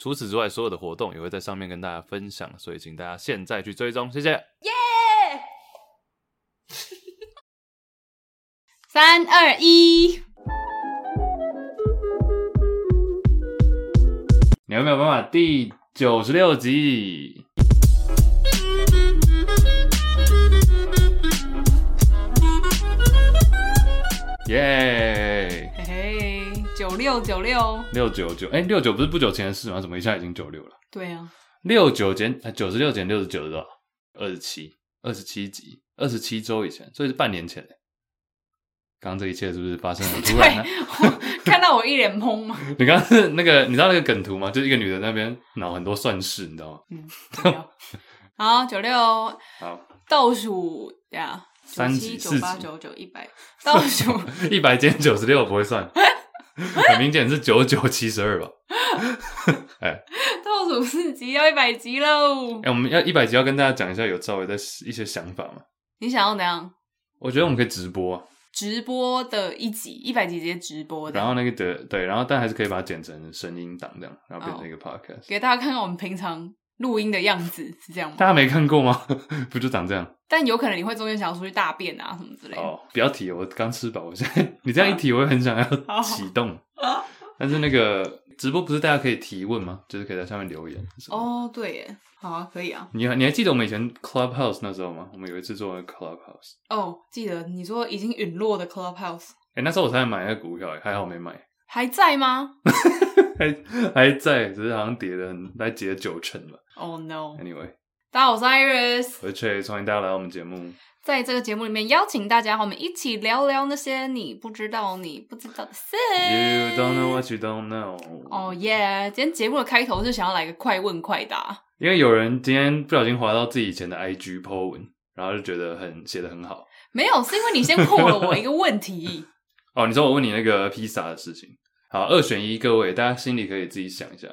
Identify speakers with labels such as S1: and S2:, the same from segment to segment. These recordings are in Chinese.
S1: 除此之外，所有的活动也会在上面跟大家分享，所以请大家现在去追踪，谢谢。
S2: 三二一，
S1: 你有没有办法？第九十六集，耶！
S2: 嘿嘿，九六九六，
S1: 六九九，哎，六九不是不久前的事吗？怎么一下已经九六了？
S2: 对啊，
S1: 六九减呃九十六减六十九是多少？二十七，二十七集，二十七周以前，所以是半年前。刚刚这一切是不是发生很突然呢、
S2: 对，看到我一脸 懵吗？
S1: 你刚刚是那个，你知道那个梗图吗？就是一个女的那边脑很多算式，你知道吗？
S2: 嗯，不
S1: 啊
S2: 要好，九六
S1: 好，
S2: 倒数呀，九
S1: 三
S2: 七
S1: 级
S2: 九
S1: 四
S2: 八
S1: 级
S2: 九九一百，倒数
S1: 一百减九十六不会算，很明显是九九七十二吧？
S2: 倒数四级要一百级喽
S1: 哎、。我们要一百集要跟大家讲一下，有稍微的一些想法嘛？
S2: 你想要怎样？
S1: 我觉得我们可以直播啊，
S2: 直播的一集，一百集直接直播
S1: 然
S2: 的，
S1: 后那个的对，然后但还是可以把它剪成声音档这样，然后变成一个 podcast。
S2: 给大家看看我们平常录音的样子是这样吗？
S1: 大家没看过吗？ 不就长这样？
S2: 但有可能你会中间想要出去大便啊什么之类的。
S1: 哦，不要提，我刚吃饱，我现在你这样一提，我会很想要
S2: 好
S1: 启动。但是那个直播不是大家可以提问吗？就是可以在下面留言。什么的
S2: 哦，对耶，好啊，可以啊。
S1: 你还你还记得我们以前 Clubhouse 那时候吗？我们有一次做了 Clubhouse，
S2: 哦，记得你说已经陨落的 Clubhouse
S1: 哎、那时候我才买那个股票、诶还好没买，
S2: 还在吗
S1: 还还在，只是好像跌了很，大概跌了九成吧。
S2: ？Oh no！
S1: Anyway，
S2: 大家好，我是 Iris，
S1: 我是 Chase，欢迎大家来到我们节目。
S2: 在这个节目里面邀请大家和我们一起聊聊那些你不知道、你不知道的事。
S1: You don't know what you don't know。
S2: 哦耶！今天节目的开头是想要来个快问快答，
S1: 因为有人今天不小心滑到自己以前的 IG po 文，然后就觉得很写的很好。
S2: 没有，是因为你先问了我一个问题。
S1: 哦，你说我问你那个披萨的事情，好，二选一，各位大家心里可以自己想一下，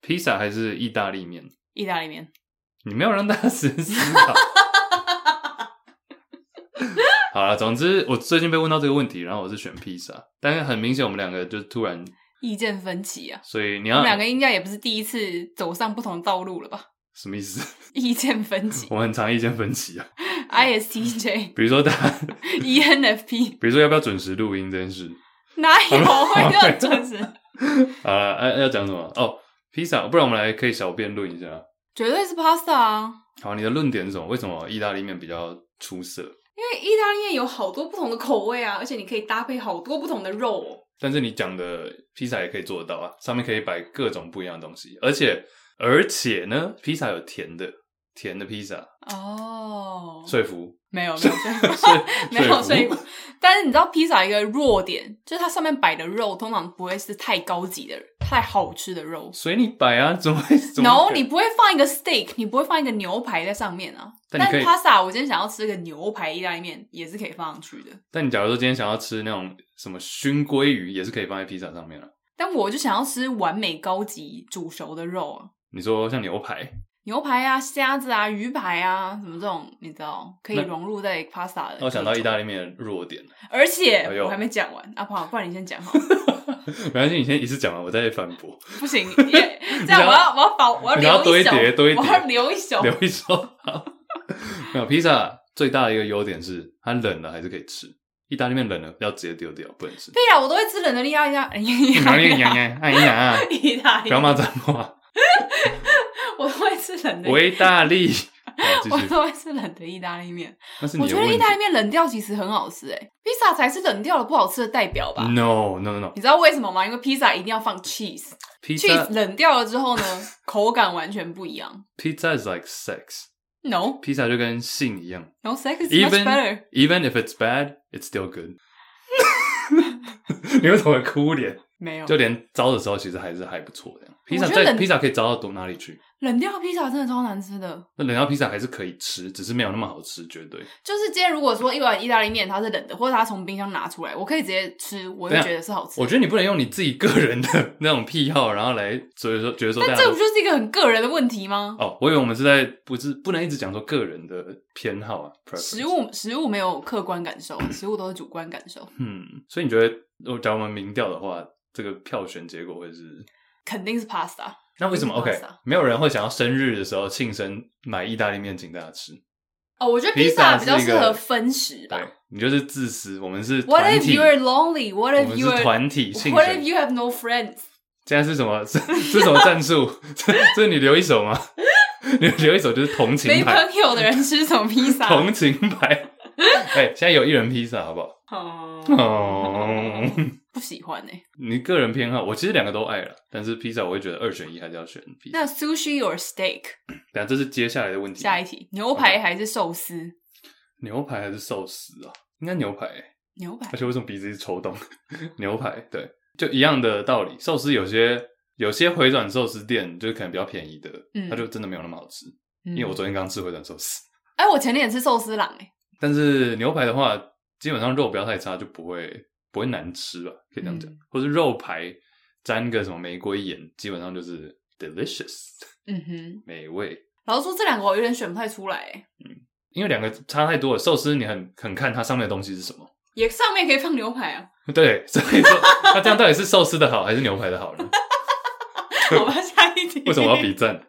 S1: 披萨还是意大利面？
S2: 意大利面，
S1: 你没有让大家深思吧？好了，总之我最近被问到这个问题，然后我是选披萨，但是很明显我们两个就突然，
S2: 意见分歧啊。
S1: 所以你要
S2: 我们两个应该也不是第一次走上不同道路了吧？
S1: 什么意思？
S2: 意见 分歧
S1: 我很常意见分歧啊，
S2: ，ISTJ、
S1: 比如说大家，
S2: E ENFP，
S1: 比如说要不要准时录音这件事，
S2: 哪有 会这么准时？
S1: 好了，哎、要讲什么？哦，披萨，不然我们来可以小辩论一下。
S2: 绝对是 pasta 啊，
S1: 好，你的论点是什么？为什么意大利面比较出色？
S2: 因为意大利面有好多不同的口味啊，而且你可以搭配好多不同的肉、哦。
S1: 但是你讲的披萨也可以做得到啊，上面可以摆各种不一样的东西，而且而且呢，披萨有甜的，甜的披萨，
S2: 哦，
S1: 说 服，
S2: 没有没有说服，
S1: 说
S2: 没有
S1: 说
S2: 说
S1: 服，
S2: 服。但是你知道披萨一个弱点，就是它上面摆的肉通常不会是太高级的、太好吃的肉。
S1: 随你摆啊，怎么会？怎么
S2: no，
S1: 会
S2: 你不会放一个 steak，你不会放一个牛排在上面啊。
S1: 但你可以
S2: pasta，我今天想要吃个牛排意大利面，也是可以放上去的。
S1: 但你假如说今天想要吃那种什么熏鲑鱼，也是可以放在披萨上面啊。
S2: 但我就想要吃完美高级煮熟的肉啊，
S1: 你说像牛排，
S2: 牛排啊、虾子啊、鱼排啊，什么这种，你知道可以
S1: 那
S2: 融入在 pasta 的。
S1: 那我想到意，大利面的弱点，
S2: 而
S1: 哎
S2: 且
S1: 呦
S2: 我还没讲完啊，不好，不然你先讲好了，
S1: 没关系，你先一次讲完，我再反驳，
S2: 不行，因为这样
S1: 你想要
S2: 我要我要保我
S1: 你想要
S2: 要留一手，
S1: 多一叠多一叠
S2: 我要留一手。
S1: 留一手。好 没有披萨最大的一个优点是它冷了还是可以吃，意大利面冷了要直接丢掉，不能吃。
S2: 对呀，我都会吃冷的意大利面，意大
S1: 娘
S2: 利
S1: 娘娘娘，哎呀，
S2: 意大
S1: 不
S2: 利
S1: 要
S2: 面，
S1: 骂脏话。
S2: 我都会吃冷的，
S1: 维大利，好继
S2: 我
S1: 续，
S2: 都会吃冷的意大利面。
S1: 那是
S2: 我
S1: 你的
S2: 觉得
S1: 问
S2: 意
S1: 题。
S2: 大利面冷掉其实很好吃，诶，披萨才是冷掉了不好吃的代表吧？
S1: No no no no，
S2: 你知道为什么吗？因为披萨一定要放 cheese，cheese
S1: 披萨
S2: 冷掉了之后呢，口感完全不一样。
S1: pizza is like sex，
S2: No，
S1: 披萨就跟性一样
S2: No sex is much
S1: ，even
S2: better。
S1: even if it's bad, it's still good 。你为什么哭脸？
S2: 没有，
S1: 就连糟的时候，其实还是还不错的。披萨
S2: 我觉得
S1: 在
S2: 冷
S1: 披萨可以糟到多哪里去？
S2: 冷掉披萨真的超难吃的。
S1: 那冷掉披萨还是可以吃，只是没有那么好吃，绝对。
S2: 就是今天如果说一碗意大利面它是冷的，或者它从冰箱拿出来，我可以直接吃，我就
S1: 等一下
S2: 觉得是好吃
S1: 啊我
S2: 的。
S1: 觉得你不能用你自己个人的那种癖好，然后来所以说觉得说大
S2: 但
S1: 家
S2: 这
S1: 都
S2: 不就是一个很个人的问题吗？
S1: 哦，我以为我们是在不是不能一直讲说个人的偏好啊，preference，
S2: 食物食物没有客观感受，食物都是主观感受，
S1: 嗯，所以你觉得，如果假如我们民调的话，这个票选结果会是？
S2: 肯定是 pasta。
S1: 那为什么
S2: 我不知道啊
S1: ？OK，没有人会想要生日的时候庆生买意大利面请大家吃，
S2: 哦，我觉得披
S1: 披
S2: 萨
S1: 萨
S2: 比较
S1: 是一
S2: 适
S1: 个
S2: 合分食吧
S1: 对。你就是自私，我们是
S2: What
S1: 团
S2: if
S1: 体
S2: you are lonely? What
S1: 我
S2: if
S1: 们
S2: you
S1: 是
S2: are
S1: 团体庆
S2: What if
S1: 生。
S2: you have no friends？
S1: 现在是什么？是是什么战术？这这你留一手吗？你留一手就是同
S2: 没
S1: 情
S2: 朋
S1: 牌，
S2: 友的人吃什 么披萨？
S1: 同情牌。哎、现在有一人披萨，好不好？
S2: 哦
S1: 哦，
S2: 不喜欢哎。
S1: 你个人偏好，我其实两个都爱了，但是披萨我会觉得二选一还是要选披萨。
S2: 那 sushi or steak？
S1: 等下这是接下嗯来的问题。
S2: 下一题，牛排还是寿司？
S1: 牛排还是寿司啊？应该牛排欸、
S2: 牛排
S1: 而且为什么鼻子一直抽动？牛排对，就一样的道理。寿司有些有些回转寿司店就是可能比较便宜的，
S2: 嗯
S1: 它就真的没有那么好吃。
S2: 因
S1: 因为我昨天刚吃回转寿司，
S2: 嗯哎，我前天也吃寿司郎哎，
S1: 但是牛排的话，基本上肉不要太差，就不会不会难吃吧？可以这样讲，
S2: 嗯
S1: 或是肉排沾个什么玫瑰盐，基本上就是 delicious
S2: 嗯哼，
S1: 美味。
S2: 老实说这两个我有点选不太出来欸，
S1: 因为两个差太多了，寿司你很很看它上面的东西是什么。
S2: 也上面可以放牛排 啊，
S1: 对，所以说那这样到底是寿司的好还是牛排的好 呢？
S2: 好吧，下一题。
S1: 为什么我要比？赞？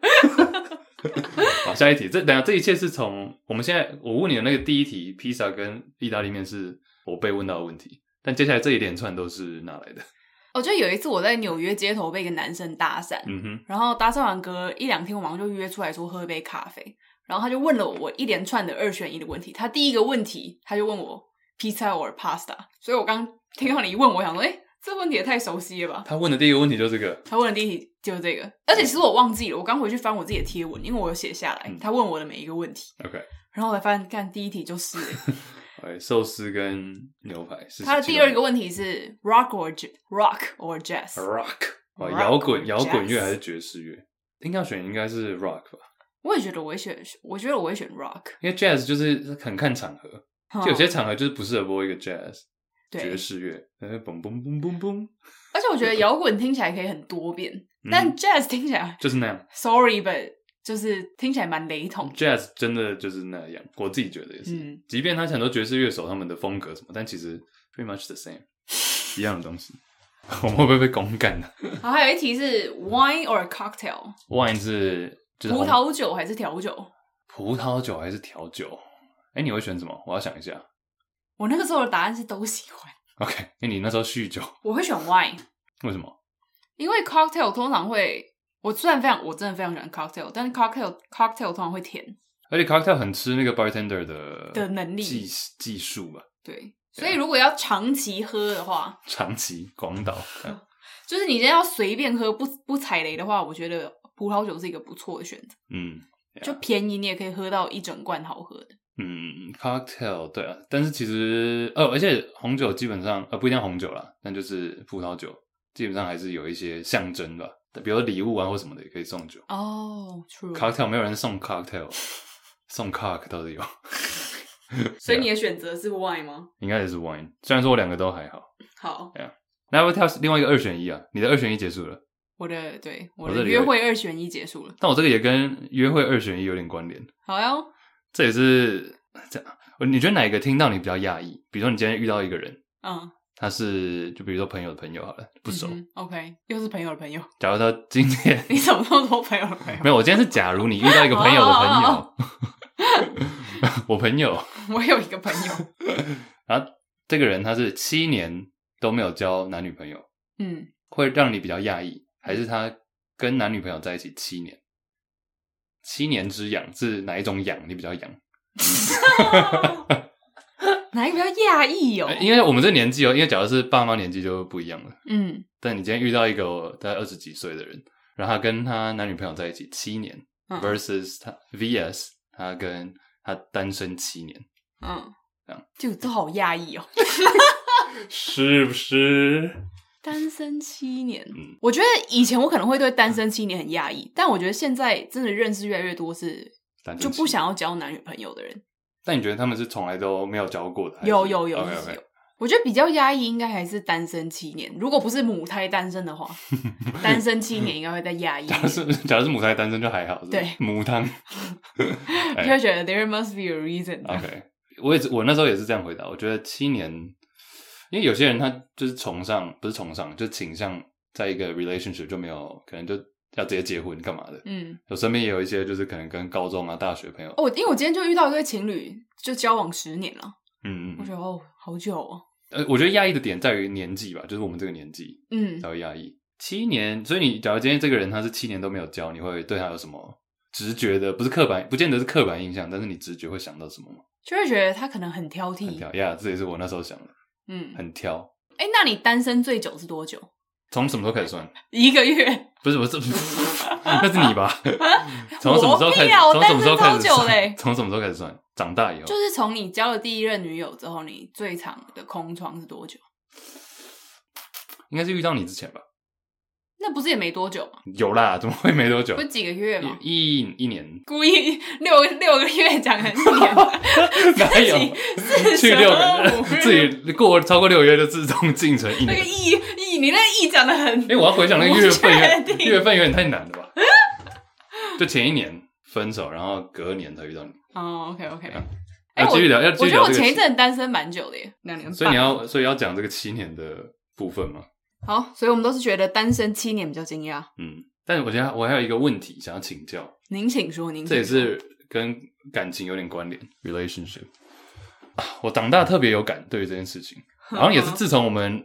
S1: 好，下一题，这等一下这一切是从我们现在我问你的那个第一题，披萨跟意大利面是我被问到的问题，但接下来这一连串都是哪来的？
S2: 我觉得有一次我在纽约街头被一个男生搭讪，
S1: 嗯哼，
S2: 然后搭讪完隔一两天，我马上就约出来说喝一杯咖啡。然后他就问了我一连串的二选一的问题。他第一个问题他就问我 pizza or pasta，所以我刚听到你一问，我想说，哎，这问题也太熟悉了吧？
S1: 他问的第一个问题就是这个，
S2: 他问的第一题就是这个，而且其实我忘记了，我刚回去翻我自己的贴文，因为我有写下来
S1: 嗯
S2: 他问我的每一个问题，
S1: OK，
S2: 然后我才发现，干第一 题就是欸
S1: 哎，寿司跟牛排是
S2: 他的第二个问题是 rock or j- rock or jazz，
S1: rock 啊，
S2: Rock
S1: 摇滚
S2: or
S1: 摇滚
S2: jazz
S1: 乐还是爵士乐？应该选应该是 rock 吧，
S2: 我也觉得我会选，我觉得我会选 rock，
S1: 因为 jazz 就是很看场合，就有些场合就是不适合播一个 jazz
S2: 哦对
S1: 爵士乐，呃，嘣嘣嘣嘣嘣，
S2: 而且我觉得摇滚听起来可以很多变，
S1: 嗯
S2: 但 jazz 听起来
S1: 就是那样。
S2: ，sorry but 就是听起来蛮雷同。
S1: Jazz 真的就是那样，我自己觉得也是。
S2: 嗯
S1: 即便他很多爵士乐手他们的风格什么，但其实 pretty much the same，一样的东西。 我们会不会被公干呢、
S2: 好，还有一题是 wine or cocktail，
S1: w i n e 是就是
S2: 葡
S1: 红
S2: 萄酒还是调酒？
S1: 葡萄酒还是调酒？哎、你会选什么？我要想一下。
S2: 我那个时候的答案是都喜欢，
S1: OK，哎、 你那时候酗酒，
S2: 我会选 wine，
S1: 为什么？
S2: 因为 cocktail 通常会，我虽然非常我真的非常喜欢 cocktail，但是 cocktail cocktail 通常会甜，
S1: 而且 cocktail 很吃那个 bartender 的
S2: 的能力
S1: 技技术吧，
S2: 对，所以
S1: 啊
S2: 如果要长期喝的话，
S1: 长崎、广岛，嗯
S2: 就是你今天要随便喝不不踩雷的话，我觉得葡萄酒是一个不错的选择，
S1: 嗯对啊
S2: 就便宜你也可以喝到一整罐好喝的。
S1: 嗯，cocktail 对啊，但是其实呃，而且红酒基本上呃不一定要红酒啦，但就是葡萄酒基本上还是有一些象征吧，比如说礼物啊或什么的也可以送酒。
S2: 哦、t r u e
S1: cocktail 没有人送 cocktail，送 cock 倒是有，啊
S2: 所以你的选择是 Y 吗？
S1: 应该也是 wine。虽然说我两个都还好，
S2: 好，
S1: 那要不要跳另外一个二选一啊？你的二选一结束了，
S2: 我的对我
S1: 我
S2: 的
S1: 这里
S2: 约
S1: 有
S2: 会二选一结束了。
S1: 但我这个也跟约会二选一有点关联。
S2: 好哟，
S1: 这也是这样，你觉得哪一个听到你比较讶异？比如说你今天遇到一个人，
S2: 嗯，
S1: 他是就比如说朋友的朋友好了，不熟。
S2: 嗯哼 OK，又是朋友的朋友，
S1: 假如他今天
S2: 你怎么那么多朋友的朋
S1: 没有，我今天是假如你遇到一个朋友的朋
S2: 哦
S1: 友， 我朋友，
S2: 友？我有一个朋友，
S1: 然后这个人他是七年都没有交男女朋友，
S2: 嗯，
S1: 会让你比较讶异，还是他跟男女朋友在一起七年？七年之痒是哪一种痒？你比较痒？
S2: 哪一个比较讶异哦
S1: 呃？因为我们这年纪哦，因为假如是爸妈年纪就不一样了。
S2: 嗯，
S1: 但你今天遇到一个大概二十几岁的人，然后他跟他男女朋友在一起七年、
S2: 嗯
S1: v e r s u s 他 vs 他跟他单身七年，
S2: 嗯
S1: 这样，
S2: 就都好讶异哦。
S1: 是不是？
S2: 单身七年，
S1: 嗯
S2: 我觉得以前我可能会对单身七年很压抑，但我觉得现在真的认识越来越多是
S1: 单身
S2: 就
S1: 期
S2: 不想要交男女朋友的人，
S1: 但你觉得他们是从来都没有交过的？
S2: 有有有
S1: ，OK
S2: 是
S1: OK，
S2: 有。我觉得比较压抑应该还是单身七年，如果不是母胎单身 的话，单身七年应该会再压抑一
S1: 假如
S2: 点，
S1: 是 假如是母胎单身就还好，是不是
S2: 对
S1: 母 汤。哎
S2: 就会觉得 there must be a reason。
S1: OK，我也是我那时候也是这样回答。我觉得七年，因为有些人他就是崇尚，不是崇尚，就倾向在一个 relationship 就没有，可能就要直接结婚干嘛的。
S2: 嗯，
S1: 我身边也有一些就是可能跟高中啊、大学朋友，
S2: 哦，因为我今天就遇到一对情侣，就交往十年了，
S1: 嗯嗯
S2: 我觉得哦，好久哦。
S1: 嗯，呃，我觉得压抑的点在于年纪吧，就是我们这个年纪
S2: 嗯
S1: 才，会压抑。七年，所以你假如今天这个人他是七年都没有交，你会对他有什么直觉的？不是刻板，不见得是刻板印象，但是你直觉会想到什么吗？
S2: 就会觉得他可能很挑
S1: 很
S2: 剔。
S1: 挑呀这也是我那时候想的，
S2: 嗯，
S1: 很挑。
S2: 哎、那你单身最久是多久？
S1: 从什么时候开始算？
S2: 一个月？
S1: 不是不是， 那是你吧？从什么时候开始？
S2: 我
S1: 从
S2: 屁啊
S1: 什么时候开始
S2: 我单身超久嘞
S1: 算？从什么时候开始算？长大以后
S2: 就，是从你交了第一任女友之后，你最长的空窗是多久？
S1: 应该是遇到你之前吧？
S2: 那不是也没多久吗？
S1: 有啦，怎么会没多久
S2: 不？是几个月吗？
S1: 一一一年
S2: 故意六六个月讲 很久，
S1: 哪有？
S2: 四
S1: 去
S2: 舍
S1: 六
S2: 五
S1: 个
S2: 入
S1: 月，自己过超过六个月就自动进程一
S2: 那个
S1: 年。
S2: 意意，你那个意讲的很
S1: 哎、我要回想那个月份有
S2: 我确
S1: 点，
S2: 定
S1: 月份有点太难了吧？就前一年分手，然后隔年才遇到你。
S2: 哦，OK OK。哎、
S1: 要继续聊，要
S2: 我
S1: 继
S2: 我
S1: 续
S2: 觉得
S1: 聊
S2: 我
S1: 这个
S2: 前一
S1: 七。
S2: 阵啊单身蛮久的耶，两年半。
S1: 所以你要，所以要讲这个七年的部分吗？
S2: 好，所以我们都是觉得单身七年比较惊讶。
S1: 嗯，但我觉得我还有一个问题想要请教，
S2: 您请说，您请
S1: 这也是跟感情有点关联，relationship。啊我长大特别有感对于这件事情，然后也
S2: 嗯
S1: 是自从我们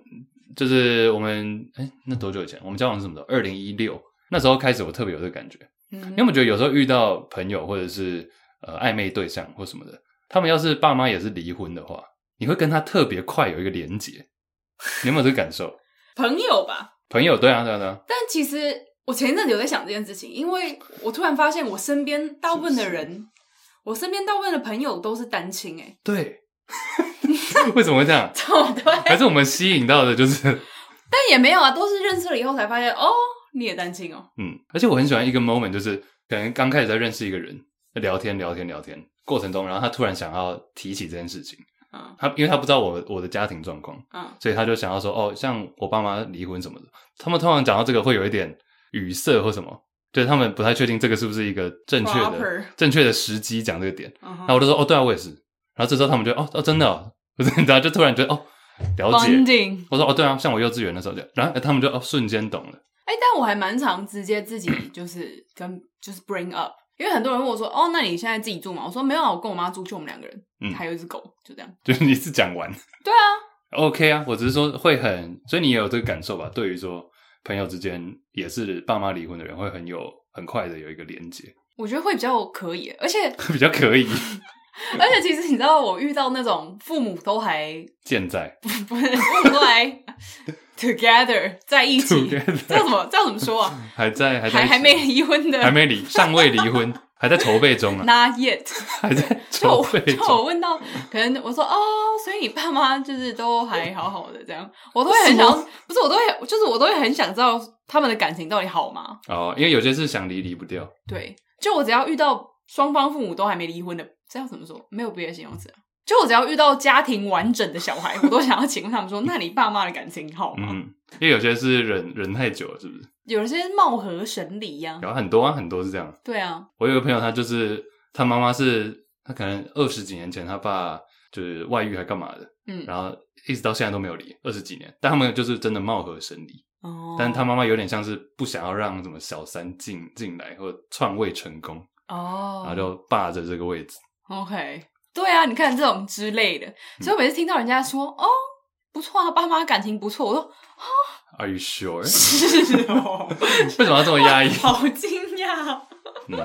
S1: 就是我们哎、那多久以前？我们交往是什么时候？二零一六那时候开始，我特别有这个感觉，
S2: 嗯
S1: 因为我觉得有时候遇到朋友或者是呃暧昧对象或什么的，他们要是爸妈也是离婚的话，你会跟他特别快有一个连 结，你有没有这个感受？
S2: 朋友吧，
S1: 朋友对啊对啊对啊，
S2: 但其实我前一阵子有在想这件事情，因为我突然发现我身边大部分的人，我身边大部分的朋友都是单亲、欸，
S1: 对，为什么会这样？
S2: 哎，对，
S1: 还是我们吸引到的就是
S2: 但也没有啊，都是认识了以后才发现，哦，你也单亲哦，
S1: 嗯，而且我很喜欢一个 moment，就是可能刚开始在认识一个人，聊天聊天聊天过程中，然后他突然想要提起这件事情，
S2: 嗯
S1: 他因为他不知道我我的家庭状况，
S2: 嗯，
S1: 所以他就想要说，哦，像我爸妈离婚什么的，他们通常讲到这个会有一点语塞或什么，就是他们不太确定这个是不是一个正确的
S2: Proper
S1: 正确的时机讲这个点，
S2: 嗯
S1: 然后
S2: 哼
S1: 我就说，哦，对啊，我也是，然后这时候他们就，哦哦，真的、哦，不是， 然后就突然觉得，哦，了解。
S2: ，bonding。
S1: 我说哦，对啊，像我幼稚园的时候就，然后他们就哦瞬间懂了，
S2: 哎、但我还蛮常直接自己就是跟就是 bring up，因为很多人问我说，哦，那你现在自己住吗？我说没有啊，我跟我妈住，就我们两个人，
S1: 嗯
S2: 还有一只狗，就这样。
S1: 就是你是讲完，
S2: 对啊，
S1: OK 啊，我只是说会很，所以你也有这个感受吧？对于说朋友之间也是爸妈离婚的人，会很有很快的有一个连接，
S2: 我觉得会比较可以欸，而且
S1: 比较可以
S2: 而且其实你知道，我遇到那种父母都还
S1: 健在
S2: 不是我们都来 together 在一 起，这
S1: ，together
S2: 样怎么这样怎么说啊？
S1: 还在 还在一
S2: 还
S1: 起
S2: 还没离婚 的，
S1: 还没离，尚未离婚， 还在筹备中啊，
S2: not yet。
S1: 还在
S2: 就
S1: 筹
S2: 我
S1: 备
S2: 就我
S1: 中。
S2: 问到，可能我说哦，所以你爸妈就是都还好好的这样，我都会很想要，不是我都会就是我都会很想知道他们的感情到底好吗？
S1: 哦，因为有些是想离离不掉，
S2: 对，就我只要遇到双方父母都还没离婚的，这要怎么说？没有别的形容词啊。就我只要遇到家庭完整的小孩，我都想要请问他们说， 那你爸妈的感情好吗？
S1: 嗯，因为有些是忍忍太久了，是不是？
S2: 有些貌合神离呀、
S1: 有很多啊，很多是这样。
S2: 对啊，
S1: 我有个朋友，他就是他妈妈是，他可能二十几年前他爸就是外遇还干嘛的，
S2: 嗯，
S1: 然后一直到现在都没有离，二十几年。但他们就是真的貌合神离，
S2: 哦，
S1: 但他妈妈有点像是不想要让什么小三进进来或篡位成功，
S2: 哦，
S1: 然后就霸着这个位置。
S2: OK，对啊，你看这种之类的，所
S1: 嗯
S2: 以我每次听到人家说、哦不错啊，爸妈感情不错，我 说
S1: Are you sure？
S2: 是哦，
S1: 为什么要这么压抑？
S2: 好惊讶，啊
S1: 嗯，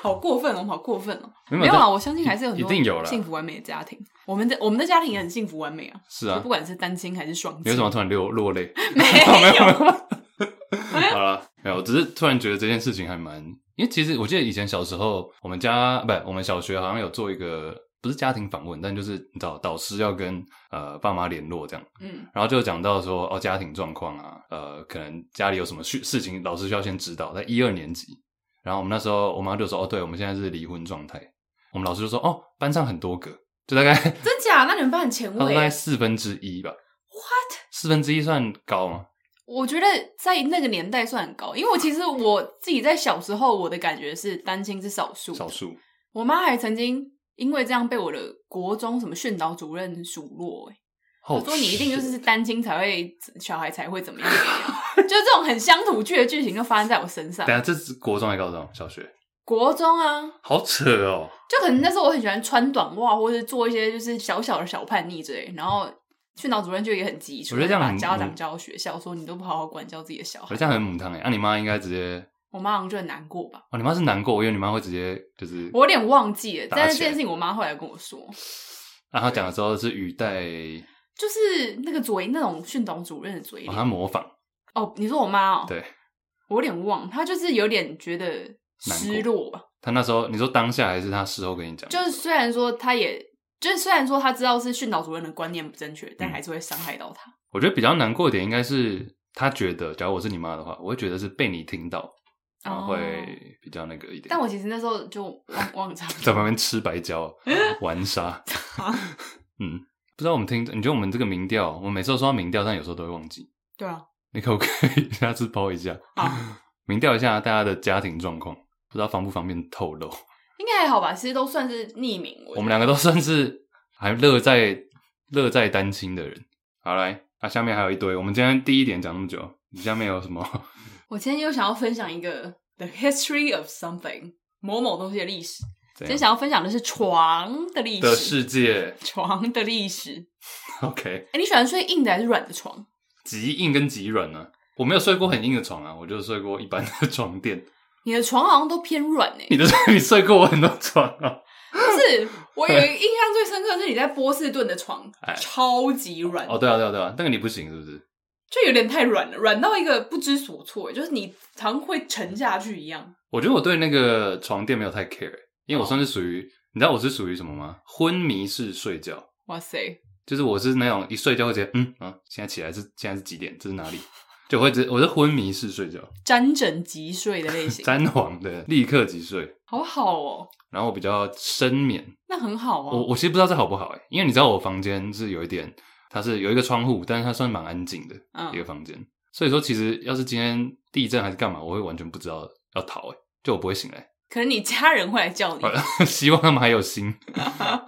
S2: 好过分哦，好过分哦。
S1: 没
S2: 没有啦，我相信还是有很
S1: 一
S2: 多
S1: 定有啦
S2: 幸福完美的家庭。我们的我们的家庭也很幸福完美啊，
S1: 是啊
S2: 就不。管是单亲还是双亲。
S1: 你为什么突然流落泪？
S2: 没
S1: 没有
S2: 有？
S1: 好了，没有，我只是突然觉得这件事情还蛮……因为其实我记得以前小时候，我们家不，我们小学好像有做一个不是家庭访问，但就是你知道导师要跟呃爸妈联络这样，
S2: 嗯
S1: 然后就讲到说哦家庭状况啊，呃可能家里有什么事事情，老师需要先指导，在一二年级，然后我们那时候我妈就说哦对，我们现在是离婚状态，我们老师就说哦班上很多个，就大概他
S2: 真假？那你们班很前
S1: 说
S2: 卫
S1: 大概
S2: 欸。
S1: 四分之一吧，
S2: What？
S1: 四分之一算高吗？
S2: 我觉得在那个年代算很高，因为我其实我自己在小时候，我的感觉是单亲是少数，
S1: 少。数，
S2: 我妈还曾经因为这样被我的国中什么训导主任数落、欸，
S1: 我
S2: 说你一定就是单亲才会小孩才会怎么样怎么样，就是这种很乡土剧的剧情就发生在我身上
S1: 等。一下这是国中还是高中？小学？
S2: 国中啊，
S1: 好扯哦！
S2: 就可能那时候我很喜欢穿短袜，或者做一些就是小小的小叛逆之类，然后训导主任就也很急促，
S1: 我觉得这样
S2: 把
S1: 很
S2: 家长
S1: 嗯
S2: 叫到学校说你都不好好管教自己的小
S1: 我
S2: 孩
S1: 这，样很母汤哎，那、你妈应该直接
S2: 我妈好像就很难过吧。
S1: 哦，你妈是难过，因为你妈会直接就是
S2: 我有点忘记了，
S1: 打起来
S2: 但是这件事情我妈后来跟我说，
S1: 啊，他讲的时候是语带，
S2: 就是那个嘴那种训导主任的嘴
S1: 哦，
S2: 脸。
S1: 他模仿，
S2: 哦，你说我妈哦，
S1: 对
S2: 我有点忘，她就是有点觉得失落吧。
S1: 他那时候你说当下还是他事后跟你讲，
S2: 就是虽然说她也，就是虽然说她知道是训导主任的观念不正确，
S1: 嗯
S2: 但还是会伤害到她。
S1: 我觉得比较难过的点应该是他觉得，假如我是你妈的话，我会觉得是被你听到，然后
S2: 哦
S1: 会比较那个一点。
S2: 但我其实那时候就忘忘 差
S1: 在旁边吃白 胶玩沙，嗯，不知道我们听，你觉得我们这个民调，我们每次都说到民调，但有时候都会忘记，
S2: 对啊，
S1: 你可不可以下次抛一下，
S2: 啊，
S1: 民调一下大家的家庭状况，不知道方不方便透露？
S2: 应该还好吧，其实都算是匿名。
S1: 我们两个都算是还乐在乐在单亲的人。好来，啊，下面还有一堆。我们今天第一点讲那么久，你下面有什么？
S2: 我今天又想要分享一个 The History of Something 某某东西的历史。
S1: 怎
S2: 今天
S1: 样
S2: 想要分享的是床的历史
S1: 啊的世界
S2: 床的历史。
S1: ？OK，
S2: 哎、你喜欢睡硬的还是软的床？
S1: 极硬跟极软呢？我没有睡过很硬的床啊，我就睡过一般的 床垫。
S2: 你的床好像都偏软哎、
S1: 你的 你睡过我很多床啊？
S2: 不是，我有一个印象最深刻的是你在波士顿的床
S1: 哎，
S2: 超级软，
S1: 哦，对啊，对啊，对啊，那个你不行是不是？
S2: 就有点太软了，软到一个不知所措、欸，就是你常会沉下去一样。
S1: 我觉得我对那个床垫没有太 care，因为我
S2: 哦
S1: 算是属于，你知道我是属于什么吗？昏迷式睡觉。
S2: 哇塞，
S1: 就是我是那种一睡觉会直接嗯啊，现在起来是现在是几点？这是哪里？就会直我是昏迷式睡觉，
S2: 沾枕即睡的类型，
S1: 詹皇的立刻即睡。
S2: 好好哦、
S1: 然后我比较深眠，
S2: 那很好
S1: 我
S2: 啊。
S1: 我其实不知道这好不好哎、因为你知道我房间是有一点，它是有一个窗户，但是它算蛮安静的一个
S2: 嗯，
S1: 房间，所以说其实要是今天地震还是干嘛，我会完全不知道要逃哎、就我不会醒来，
S2: 可能你家人会来叫你，
S1: 希望他们还有心，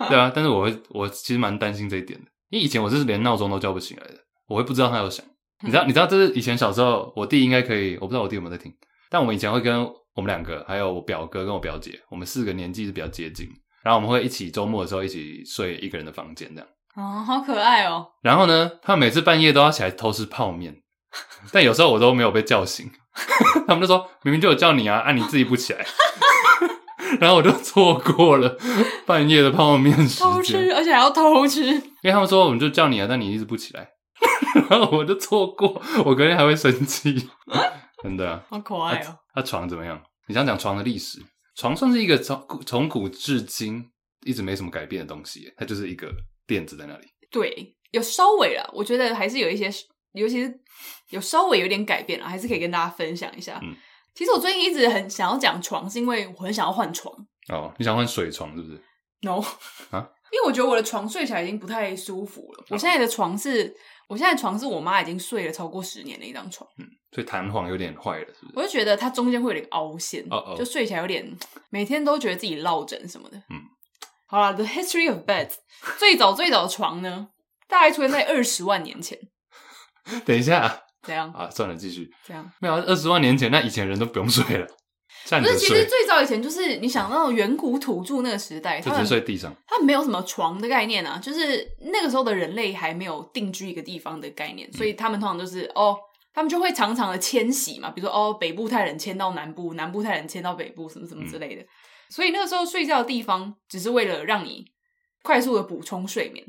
S1: 对啊，但是我会我其实蛮担心这一点的，因为以前我是连闹钟都叫不醒来的，我会不知道它有响。你知道，你知道，这是以前小时候，我弟应该可以，我不知道我弟有没有在听，但我们以前会跟我们两个，还有我表哥跟我表姐，我们四个年纪是比较接近，然后我们会一起周末的时候一起睡一个人的房间这样。
S2: 哦，好可爱哦、
S1: 然后呢，他们每次半夜都要起来偷吃泡 面，但有时候我都没有被叫醒， 他们就说明明就有叫你啊，啊你自己不起 来，然后我就错过了半夜的泡面时
S2: 偷
S1: 间
S2: 吃，，而且还要偷吃。
S1: 因为他们说我们就叫你啊，但你一直不起来， 然后我就错过，我隔天还会生气， 真的、啊。
S2: 好可爱哦、
S1: 那、床怎么样？你想讲床的历史？床算是一个从古从古至今一直没什么改变的东西耶，它就是一个垫子在那里。
S2: 对，有稍微啦，我觉得还是有一些，尤其是有稍微有点改变了，还是可以跟大家分享一下。
S1: 嗯
S2: 其实我最近一直很想要讲床，是因为我很想要换床
S1: 哦，你想换水床是不是？
S2: ，no，
S1: 啊
S2: 因为我觉得我的床睡起来已经不太舒服了。我现在的床是，我现在的床是我妈已经睡了超过十年的一张床，
S1: 所以弹簧有点坏了，是不是？
S2: 我就觉得它中间会有点凹陷
S1: 嗯哦哦
S2: 就睡起来有点，每天都觉得自己落枕什么的。
S1: 嗯，
S2: 好啦 t h e History of Beds，最早最早的床呢，大概出现在二十万年前，
S1: 等一下
S2: 怎样？
S1: 啊，算了，继续。
S2: 怎样？
S1: 没有啊二十万年前，那以前人都不用睡了，站
S2: 不
S1: 着
S2: 是，其实
S1: 睡，
S2: 最早以前就是你想到远古土著那个时代，
S1: 就只
S2: 他
S1: 是
S2: 们
S1: 睡地上。
S2: 他们没有什么床的概念啊，就是那个时候的人类还没有定居一个地方的概
S1: 嗯
S2: 念，所以他们通常就是哦，他们就会常常的迁徙嘛，比如说哦，北部泰人迁到南部，南部泰人迁到北部，什么什么之类的。
S1: 嗯
S2: 所以那个时候睡觉的地方，只是为了让你快速的补充睡眠。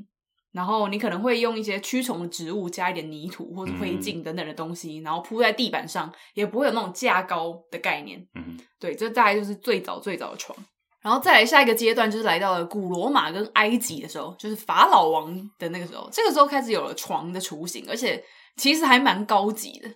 S2: 然后你可能会用一些驱虫的植物，加一点泥土或者灰
S1: 嗯
S2: 烬等等的东西，然后铺在地板上，也不会有那种架高的概念。
S1: 嗯，
S2: 对，这大概就是最早最早的床。然后再来下一个阶段，就是来到了古罗马跟埃及的时候，就是法老王的那个时候。这个时候开始有了床的雏形，而且其实还蛮高级的。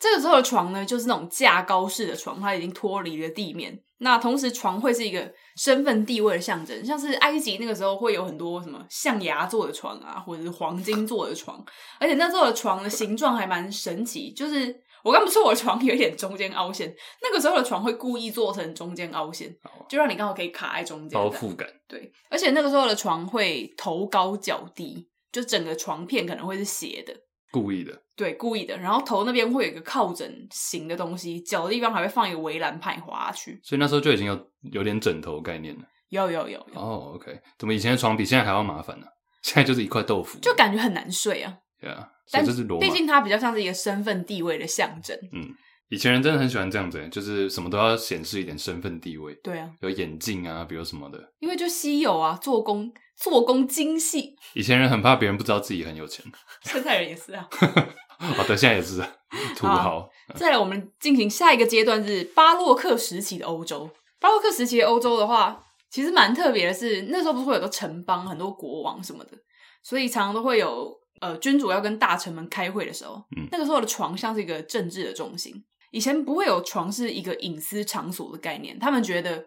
S2: 这个时候的床呢，就是那种架高式的床，它已经脱离了地面。那同时，床会是一个身份地位的象征，像是埃及那个时候会有很多什么象牙做的床啊，或者是黄金做的床，而且那时候的床的形状还蛮神奇，就是我刚不是说我的床有一点中间凹陷，那个时候的床会故意做成中间凹陷，就让你刚好可以卡在中间
S1: 包
S2: 的。
S1: 覆感，
S2: 对，而且那个时候的床会头高脚低，就整个床片可能会是斜的。
S1: 故意的，
S2: 对，故意的。然后头那边会有一个靠枕型的东西，脚的地方还会放一个围栏怕你滑下去。
S1: 所以那时候就已经有有点枕头概念了。
S2: 有有有有，
S1: 哦，OK、o k 怎么以前的床比现在还要麻烦呢、现在就是一块豆腐，
S2: 就感觉很难睡啊。
S1: 对啊，所
S2: 但
S1: 以这是罗马
S2: 毕。竟它比较像是一个身份地位的象征。
S1: 以前人真的很喜欢这样子、欸就是什么都要显示一点身份地位，
S2: 对啊，
S1: 有眼镜啊，比如什么的。
S2: 因为就稀有啊，做工做工精细，
S1: 以前人很怕别人不知道自己很有钱，
S2: 现在人也是啊。
S1: 哦，对，现在也是 土豪，
S2: 再来，我们进行下一个阶段是巴洛克时期的欧洲。巴洛克时期的欧洲的话，其实蛮特别的是，那时候不是会有个城邦，很多国王什么的，所以常常都会有呃君主要跟大臣们开会的时候，
S1: 嗯
S2: 那个时候的床像是一个政治的重心。以前不会有床是一个隐私场所的概念，他们觉得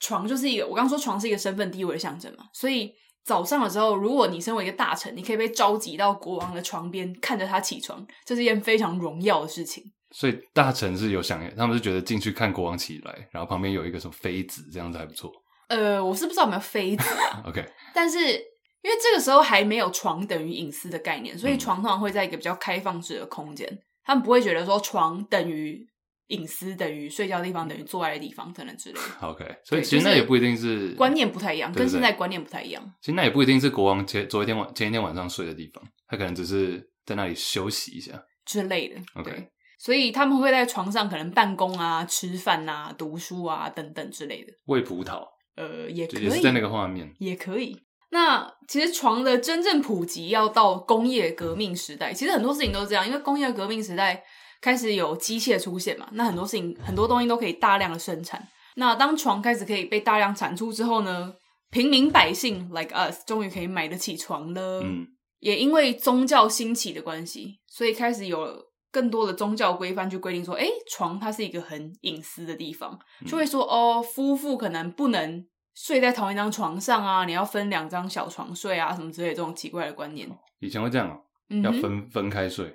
S2: 床就是一个，我刚说床是一个身份地位的象征嘛，所以早上的时候，如果你身为一个大臣，你可以被召集到国王的床边，看着他起床，这是一件非常荣耀的事情。
S1: 所以大臣是有想，他们是觉得进去看国王起来，然后旁边有一个什么妃子，这样子还不错。
S2: 呃，我是不知道有没有妃子啊，
S1: OK，
S2: 但是因为这个时候还没有床等于隐私的概念，所以
S1: 嗯
S2: 床通常会在一个比较开放式的空间，他们不会觉得说床等于隐私等于睡觉的地方等于做爱的地方等等之类的，
S1: 好 OK，所以
S2: 对
S1: 其实
S2: 就
S1: 那
S2: 是
S1: 也不一定是
S2: 观念不太一样，
S1: 对对
S2: 跟
S1: 对
S2: 现在观念不太一样。
S1: 其实那也不一定是国王前昨天晚前一天晚上睡的地方，他可能只是在那里休息一下。
S2: 之类的。
S1: OK
S2: 对，所以他们会在床上可能办公啊、吃饭啊、读书啊等等之类的。
S1: 喂葡萄，
S2: 呃，也可
S1: 就
S2: 以，嗯
S1: 也是在那个画面。
S2: 也可以。那其实床的真正普及要到工业革命时代，其实很多事情都是这样，因为工业革命时代开始有机械出现嘛，那很多事情很多东西都可以大量的生产。那当床开始可以被大量产出之后呢，平民百姓 like us 终于可以买得起床了。
S1: 嗯，
S2: 也因为宗教兴起的关系，所以开始有了更多的宗教规范去规定说，哎，床它是一个很隐私的地方，
S1: 嗯
S2: 就会说哦，夫妇可能不能睡在同一张床上啊，你要分两张小床睡啊，什么之类的这种奇怪的观念。
S1: 以前会这样哦、
S2: 嗯
S1: 要
S2: 哼，
S1: 分分开睡。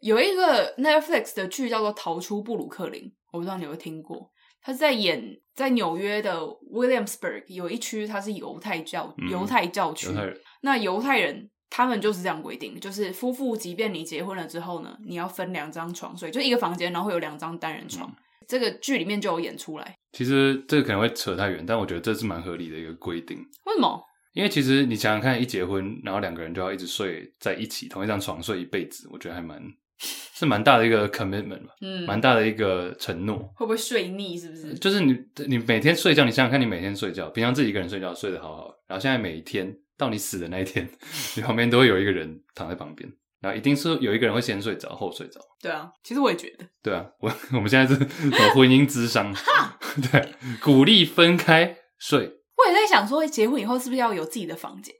S2: 有一个 Netflix 的剧叫做《逃出布鲁克林》，我不知道你有没有听过。他是在演在纽约的 Williamsburg 有一区，它是犹太教
S1: 嗯
S2: 犹太教区，
S1: 犹太人
S2: 那犹太人他们就是这样规定，就是夫妇即便你结婚了之后呢，你要分两张床睡，就一个房间，然后会有两张单人
S1: 嗯
S2: 床。这个剧里面就有演出来，
S1: 其实这个可能会扯太远，但我觉得这是蛮合理的一个规定。
S2: 为什么？
S1: 因为其实你想想看，一结婚，然后两个人就要一直睡在一起，同一张床睡一辈子，我觉得还蛮是蛮大的一个 commitment 吧，
S2: 嗯，
S1: 蛮大嗯的一个承诺。
S2: 会不会睡腻？是不是？
S1: 就是你你每天睡觉，你想想看，你每天睡觉，平常自己一个人睡觉睡得好好的，然后现在每一天到你死的那一天， 你旁边都会有一个人躺在旁边，然后一定是有一个人会先睡着后睡着。
S2: 对啊，其实我也觉得，
S1: 对啊，我 我们现在是什么婚姻智商？ 对，鼓励分开睡
S2: 我也在想说，结婚以后是不是要有自己的房间？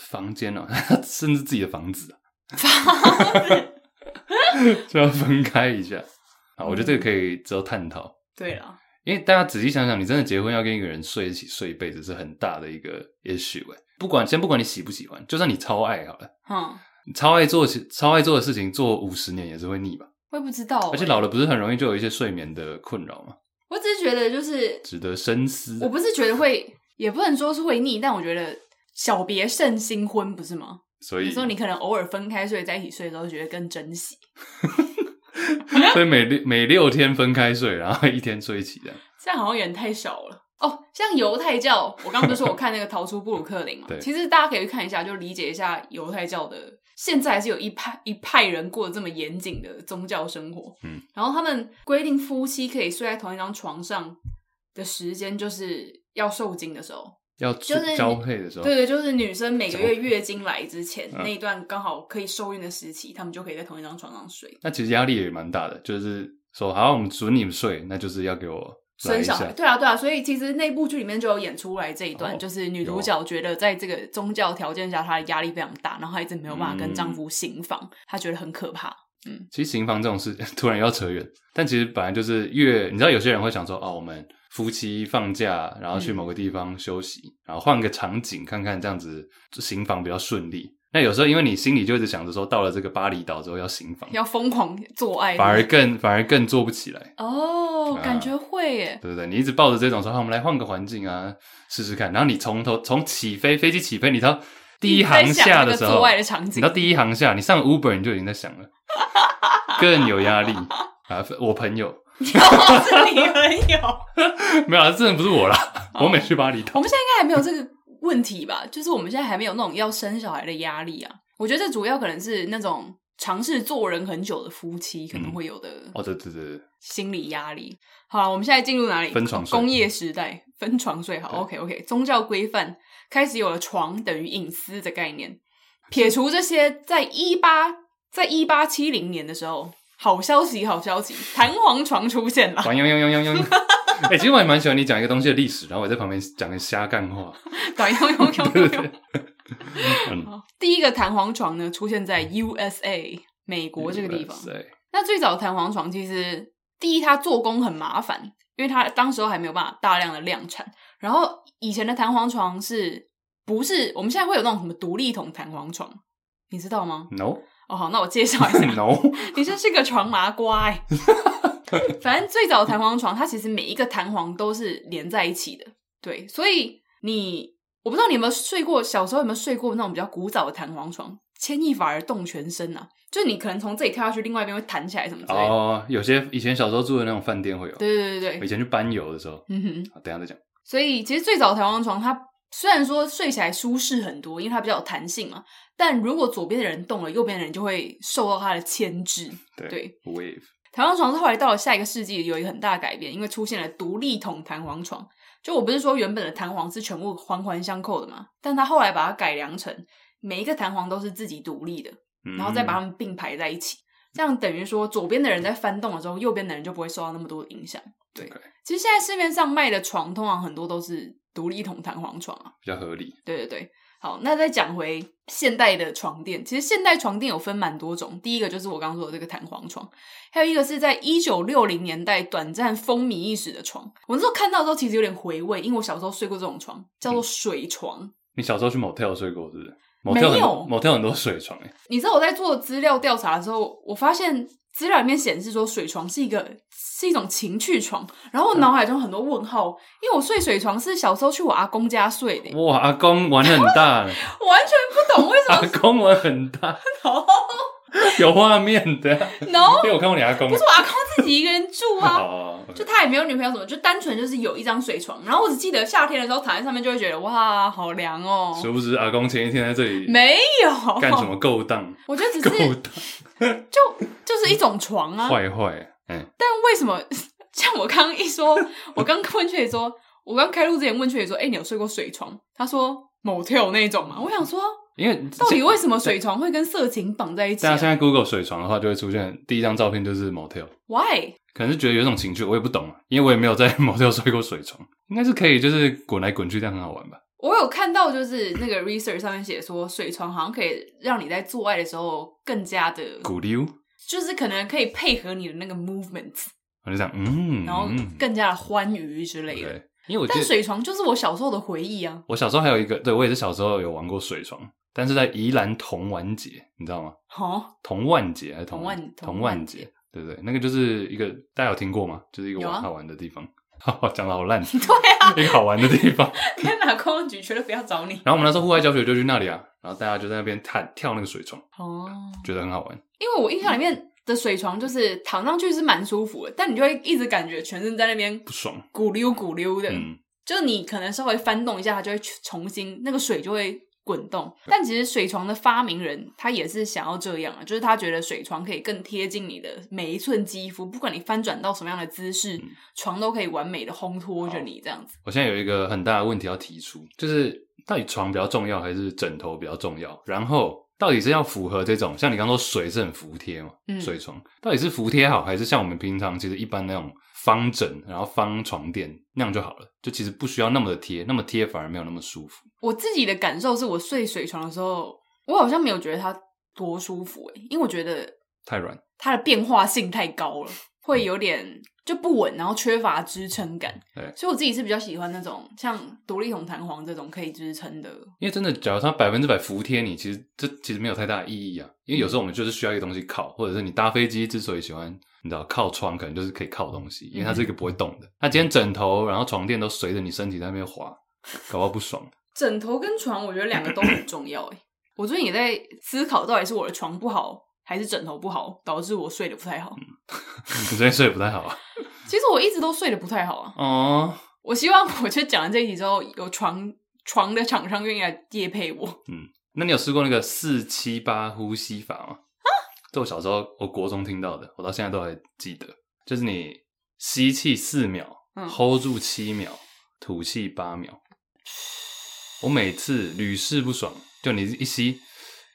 S1: 房间哦、 甚至自己的房 子、啊， 就要分开一下。啊，我觉得
S2: 嗯
S1: 这个可以之后探讨，
S2: 对啦，
S1: 因为大家仔细想想，你真的结婚要跟一个人睡一起睡一辈子，是很大的一个 issue 哎、不管先不管你喜不喜欢，就算你超爱好了，
S2: 嗯，
S1: 你超爱做超爱做的事情，做五十年也是会腻吧。
S2: 我也不知道、
S1: 而且
S2: 欸
S1: 老了不是很容易就有一些睡眠的困扰嘛，
S2: 我只是觉得，就是
S1: 值得深思。
S2: 我不是觉得会，也不能说是会腻，但我觉得小别胜新婚，不是吗？
S1: 所
S2: 有
S1: 以
S2: 时候你可能偶尔分开睡在一起睡的时候，觉得更珍惜
S1: 所以每六每六天分开睡，然后一天睡一起这样。
S2: 这样好像有点太少了哦。像犹太教，我刚刚不是说我看那个《逃出布鲁克林》嘛
S1: 对，
S2: 其实大家可以去看一下，就理解一下犹太教的。现在还是有一派一派人过得这么严谨的宗教生活，
S1: 嗯，
S2: 然后他们规定夫妻可以睡在同一张床上的时间，就是要受精的时候，
S1: 要
S2: 就是
S1: 做
S2: 你
S1: 交配的时候，
S2: 对对，就是女生每个
S1: 交配
S2: 月月经来之前、
S1: 嗯
S2: 那一段刚好可以受孕的时期，他们就可以在同一张床上睡。
S1: 那其实压力也蛮大的，就是说好，我们准你们睡，那就是要给我来
S2: 生
S1: 一
S2: 小
S1: 下
S2: 孩，对啊，对啊，所以其实那部剧里面就有演出来这一段，
S1: 哦
S2: 就是女
S1: 有
S2: 主角觉得在这个宗教条件下，她的压力非常大，然后她一直没有办法跟
S1: 嗯
S2: 丈夫行房，她觉得很可怕。
S1: 其实行房这种事 突然又要扯远，但其实本来就是越你知道，有些人会想说，哦，我们夫妻放假，然后去
S2: 嗯
S1: 某个地方休息，然后换个场景看看，这样子行房比较顺利。那有时候因为你心里就一直想着说，到了这个巴厘岛之后要行房，
S2: 要疯狂做爱，
S1: 反而更反而更做不起来，
S2: 哦，
S1: 啊
S2: 感觉会耶，
S1: 对不对？你一直抱着这种说，啊，我们来换个环境啊，试试看。然后你从头从起飞飞机起飞，你到第一航下的时
S2: 你在想那个
S1: 候
S2: 做，爱的场景
S1: 你到第一航下，你上 Uber 你就已经在想了，更有压力啊！我朋友。
S2: 哦 是你很有。
S1: 没有啊，真的不是我啦，
S2: 哦
S1: 我没去巴厘岛。
S2: 我们现在应该还没有这个问题吧？就是我们现在还没有那种要生小孩的压力啊。我觉得这主要可能是那种尝试做人很久的夫妻可能会有的
S1: 哦，对对对对，
S2: 心理压力。好了，我们现在进入哪里？
S1: 分床睡
S2: 工业时代，分床睡。好
S1: 对
S2: ，OK OK。宗教规范开始有了床等于隐私的概念。撇除这些，在一八在一八七零年的时候，好消息，好消息，弹簧床出现了。
S1: 玩用用用用用。哎、其实我还蛮喜欢你讲一个东西的历史，然后我在旁边讲个瞎干话。
S2: 短用用用用用。
S1: 嗯
S2: 好第一个弹簧床呢，出现在 USA 美国这个地方。
S1: 对，
S2: 那最早弹簧床其实，第一它做工很麻烦，因为它当时候还没有办法大量的量产。然后以前的弹簧床是不是我们现在会有那种什么独立筒弹簧床？你知道吗？
S1: No
S2: 哦，好，那我介绍一下。
S1: No，
S2: 你真是个床麻瓜 哎、反正最早的弹簧床，它其实每一个弹簧都是连在一起的，对，所以你我不知道你有没有睡过，小时候有没有睡过那种比较古早的弹簧床，牵一发而动全身啊，就是你可能从这里跳下去，另外一边会弹起来什么之类的。
S1: 哦，有些以前小时候住的那种饭店会有。
S2: 对对对
S1: 我以
S2: 对，
S1: 前去班游的时候，
S2: 嗯哼，
S1: 好等一下再讲。
S2: 所以其实最早的弹簧床它。虽然说睡起来舒适很多，因为它比较有弹性嘛，但如果左边的人动了，右边的人就会受到它的牵制。
S1: 对
S2: 对，
S1: Wave，
S2: 弹簧床是后来到了下一个世纪有一个很大的改变，因为出现了独立筒弹簧床。就我不是说原本的弹簧是全部环环相扣的嘛，但它后来把它改良成每一个弹簧都是自己独立的，
S1: 嗯
S2: 然后再把它们并排在一起，这样等于说左边的人在翻动的时候，右边的人就不会受到那么多的影响。对
S1: OK
S2: 其实现在市面上卖的床通常很多都是独立筒弹簧床啊，
S1: 比较合理。
S2: 对对对，好，那再讲回现代的床垫，其实现代床垫有分蛮多种，第一个就是我刚刚说的这个弹簧床，还有一个是在一九六零年代短暂风靡一时的床。我那时候看到的时候，其实有点回味，因为我小时候睡过这种床，叫做水床。
S1: 你小时候去 motel 睡过是不是
S2: 没
S1: ？motel 很
S2: 有
S1: motel 很多水床哎、
S2: 你知道我在做资料调查的时候，我发现资料里面显示说水床是一个是一种情趣床，然后我脑海中很多问号，因为我睡水床是小时候去我阿公家睡的，
S1: 哇，阿公玩很 大，
S2: 我完全不懂为什
S1: 阿
S2: 么。
S1: 公玩很 大，有画面的啊，
S2: 然后
S1: 因为我看过你阿公
S2: 不。是我阿公自己一个人住啊，
S1: 哦，
S2: 就他也没有女朋友什么，就单纯就是有一张水床。然后我只记得夏天的时候躺在上面就会觉得哇，好凉哦。
S1: 殊不知阿公前一天在这里
S2: 没有
S1: 干什？么勾 当？
S2: 我觉得只
S1: 勾
S2: 是
S1: 当
S2: 就就是一种床啊。
S1: 坏坏，嗯，
S2: 但为什么像我刚刚一说，我刚问雀说，我刚开录之前问雀说，哎、你有睡过水床？他说 motel 那一种啊嘛。我想说，
S1: 因为
S2: 到底为
S1: 么？
S2: 什么水床会跟色情绑在一起、
S1: 大家现
S2: 啊、
S1: 在 Google 水床的话，就会出现第一张照片就是 motel，
S2: ？Why？
S1: 可能是觉得有一种情趣，我也不懂啊，因为我也没有在 motel 睡过水床，应该是可以，就是滚来滚去，这样很好玩吧？
S2: 我有看到，就是那个 research 上面写说，水床好像可以让你在做爱的时候更加的
S1: 鼓溜，
S2: 就是可能可以配合你的那个 movement，
S1: 我就想，嗯，
S2: 然后
S1: 嗯
S2: 更加的欢愉之类的。
S1: 对，因为我记
S2: 但
S1: 得
S2: 水床就是我小时候的回忆啊，
S1: 我小时候还有一个，对我也是小时候有玩过水床，但是在宜兰童玩节，你知道吗？
S2: 哦，
S1: 童万节还是童
S2: 童万
S1: 童
S2: 童万
S1: 节？对不对？那个就是一个大家有听过吗？就是一个
S2: 有啊
S1: 玩好玩的地方。 讲的好烂，
S2: 对啊，
S1: 一个好玩的地方。
S2: 天哪，公安局绝对不要找你
S1: 然后我们那时候户外教学就去那里啊，然后大家就在那边探跳那个水床，
S2: 哦，
S1: 觉得很好玩。
S2: 因为我印象里面的水床就是躺上去是蛮舒服的，但你就会一直感觉全身在那边
S1: 不爽，
S2: 咕溜咕溜的，
S1: 嗯，
S2: 就你可能稍微翻动一下，它就会重新那个水就会滚动。但其实水床的发明人他也是想要这样啊，就是他觉得水床可以更贴近你的每一寸肌肤，不管你翻转到什么样的姿势，床都可以完美的烘托着你这样子。
S1: 我现在有一个很大的问题要提出，就是到底床比较重要还是枕头比较重要？然后到底是要符合这种，像你刚说水是很服帖嘛，
S2: 嗯
S1: 水床到底是服帖好，还是像我们平常其实一般那种方枕，然后方床垫那样就好了？就其实不需要那么的贴，那么贴反而没有那么舒服。
S2: 我自己的感受是我睡水床的时候，我好像没有觉得它多舒服诶、因为我觉得
S1: 太软，
S2: 它的变化性太高了，会有点就不稳，然后缺乏支撑感。
S1: 对
S2: 所以我自己是比较喜欢那种像独立筒弹簧这种可以支撑的。
S1: 因为真的，假如它百分之百服帖你，其实这其实没有太大的意义啊。因为有时候我们就是需要一个东西靠，或者是你搭飞机之所以喜欢，你知道靠窗，可能就是可以靠东西，因为它是一个不会动的。它今天枕头，然后床垫都随着你身体在那边滑，搞到不爽。
S2: 枕头跟床，我觉得两个 都很重要诶、我最近也在思考，到底是我的床不好，还是枕头不好，导致我睡得不太好。
S1: 嗯你最近睡得不太好啊？
S2: 其实我一直都睡得不太好啊。
S1: 哦，
S2: 我希望我就讲了这一集之后，有床床的厂商愿意来夜配我。
S1: 那你有试过那个四七八呼吸法吗？这我小时候我国中听到的，我到现在都还记得。就是你吸气四秒
S2: 嗯
S1: ，hold 住七秒，吐气八秒。我每次屡试不爽，就你一吸，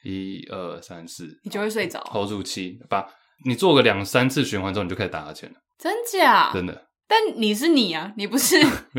S1: 一二三四
S2: 你就会睡着，
S1: ，hold 住七，把你做个两三次循环之后，你就开始打哈欠了。
S2: 真假？
S1: 真的，
S2: 但你是你啊，你不是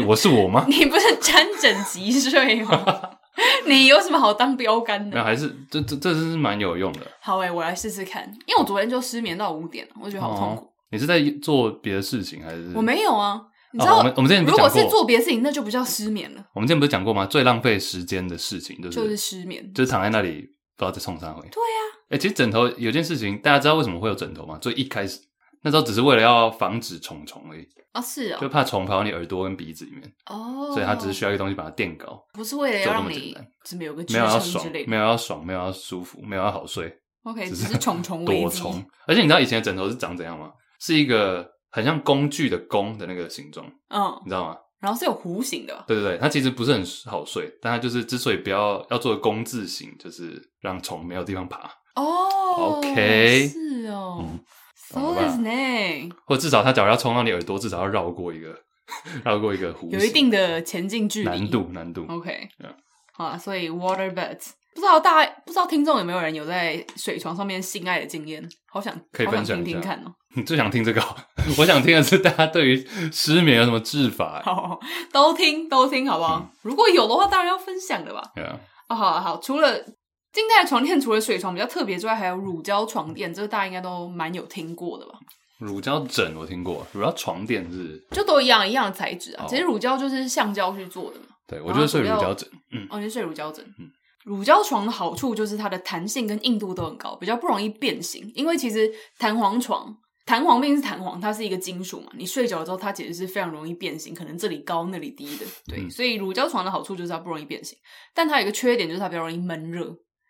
S1: 我是我吗？
S2: 你不是沾枕即睡 吗？你有什么好当标杆
S1: 没有，
S2: 的？
S1: 还是这这这真是蛮有用的。
S2: 好诶、我来试试看，因为我昨天就失眠到五点了，我觉得好痛苦。
S1: 哦你是在做别的事情还是？
S2: 我没有啊，你知
S1: 哦
S2: 道，
S1: 我们我们之前不
S2: 如
S1: 是
S2: 果
S1: 讲过
S2: 是做别的事情，那就不叫失眠了，
S1: 我们之前不是讲过吗？最浪费时间的事情就是
S2: 就是失眠。
S1: 就是躺在那里不知道在冲啥回。
S2: 对啊呀、
S1: 哎、其实枕头有件事情，大家知道为什么会有枕头吗？最一开始那时候只是为了要防止虫虫而已，
S2: 啊，是
S1: 就
S2: 哦，
S1: 怕虫跑到你耳朵跟鼻子里面，
S2: 哦，
S1: 所以它只是需要一个东西把它垫高，
S2: 不是为了
S1: 就
S2: 要
S1: 这么
S2: 让
S1: 简
S2: 你
S1: 单
S2: 怎么有个支
S1: 没有要
S2: 撑
S1: 爽
S2: 哦之类，的
S1: 没有要爽，没有要舒服，没有要好睡，
S2: ，OK，
S1: 只
S2: 只
S1: 是
S2: 是 重重危
S1: 躲
S2: 机。
S1: 虫。而且你知道以前的枕头是长怎样吗？是一个很像工具的弓的那个形状，
S2: 嗯，
S1: 你知道吗？
S2: 然后是有弧形的吧，
S1: 对对对，它其实不是很好睡，但它就是之所以不要要做工字形，就是让虫没有地方爬。
S2: 哦
S1: OK
S2: 是哦
S1: 嗯，懂
S2: そう
S1: 了吧
S2: ですね，
S1: 或至少他假如要冲到你耳朵，至少要绕过一个 绕过一个弧形，
S2: 有一定的前进距离
S1: 难度难度。
S2: OK，
S1: Yeah
S2: 好啊，所以 water beds。不知道大家不知道听众有没有人有在水床上面性爱的经验？好想
S1: 可以
S2: 好想
S1: 分享一
S2: 听听
S1: 下
S2: 看哦。
S1: 你 最想听这个 哦？我想听的是大家对于失眠有什么治法？
S2: 好，都听都听好不好？
S1: 嗯
S2: 如果有的话，当然要分享的吧。
S1: 对啊，
S2: 啊，好啊好，除了近代的床垫，除了水床比较特别之外，还有乳胶床垫，这个大家应该都蛮有听过的吧？
S1: 乳胶枕我听过，乳胶床垫是，
S2: 就都一样一样的材质啊
S1: 哦，
S2: 其实乳胶就是橡胶去做的嘛。
S1: 对我就是睡乳胶枕，
S2: 哦，你是睡乳胶枕。
S1: 嗯
S2: 乳胶床的好处就是它的弹性跟硬度都很高，比较不容易变形。因为其实弹簧床，弹簧毕竟是弹簧，它是一个金属嘛，你睡久了之后，它其实是非常容易变形，可能这里高那里 低的。对，
S1: 嗯
S2: 所以乳胶床的好处就是它不容易变形，但它有一个缺点就是它比较容易闷热，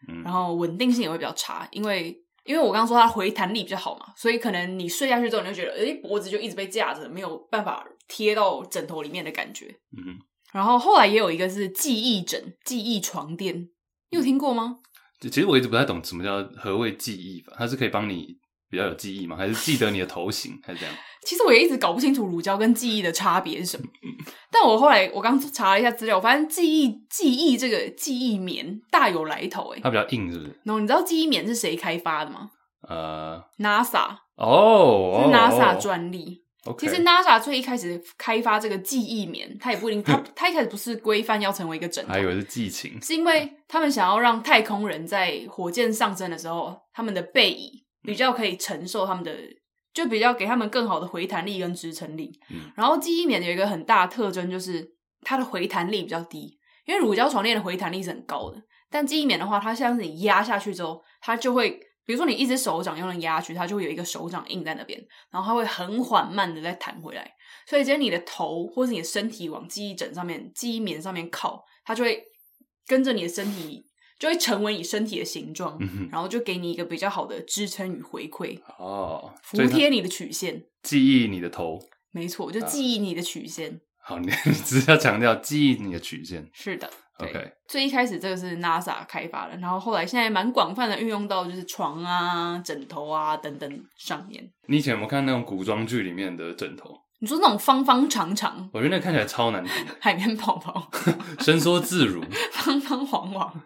S1: 嗯
S2: 然后稳定性也会比较差，因为。因为我刚刚说它回弹力比较好嘛，所以可能你睡下去之后，你就觉得，诶，脖子就一直被架着，没有办法贴到枕头里面的感觉。
S1: 嗯，
S2: 然后后来也有一个是记忆枕、记忆床垫，你有听过吗？
S1: 其实我一直不太懂什么叫何谓记忆法，它是可以帮你比较有记忆吗？还是记得你的头型， 还是怎样？
S2: 其实我也一直搞不清楚乳胶跟记忆的差别是什么，
S1: 嗯
S2: 但我后来我刚查了一下资料，我发现记忆记忆这个记忆棉大有来头诶、
S1: 它比较硬是不是？
S2: 然后你知道记忆棉是谁开发的吗
S1: 呃，
S2: ？NASA
S1: 哦，
S2: 是
S1: 哦
S2: NASA
S1: 哦
S2: 专利。
S1: OK
S2: 其实 NASA 最一开始开发这个记忆棉，它也不一定，它它一开始不是规范要成为一个枕头
S1: 还以，为是寄情，
S2: 是因为他们想要让太空人在火箭上升的时候，他们的背
S1: 嗯
S2: 椅比较可以承受他们的，就比较给他们更好的回弹力跟支撑力。
S1: 嗯
S2: 然后记忆棉有一个很大的特征就是它的回弹力比较低，因为乳胶床垫的回弹力是很高的，但记忆棉的话，它像是你压下去之后，它就会。比如说，你一只手掌用力压下去，它就会有一个手掌印在那边，然后它会很缓慢的再弹回来。所以，今天你的头或是你的身体往记忆枕上面、记忆棉上面靠，它就会跟着你的身体，就会成为你身体的形状，
S1: 嗯哼，
S2: 然后就给你一个比较好的支撑与回馈，
S1: 哦，所
S2: 服
S1: 以它啊
S2: 贴你的曲线。
S1: 记忆你的头。
S2: 没错，就记忆你的曲线。
S1: 好，你 你只是要强调记忆你的曲线。
S2: 是的，对。
S1: OK，
S2: 最一开始这个是 NASA 开发的，然后后来现在蛮广泛的运用到就是床啊、枕头啊等等上面。
S1: 你以前有没有看那种古装剧里面的枕头？
S2: 你说那种方方长长
S1: 我觉得那看起来超难看的，
S2: 海绵宝宝，
S1: 伸缩自如。
S2: 方方黄黄，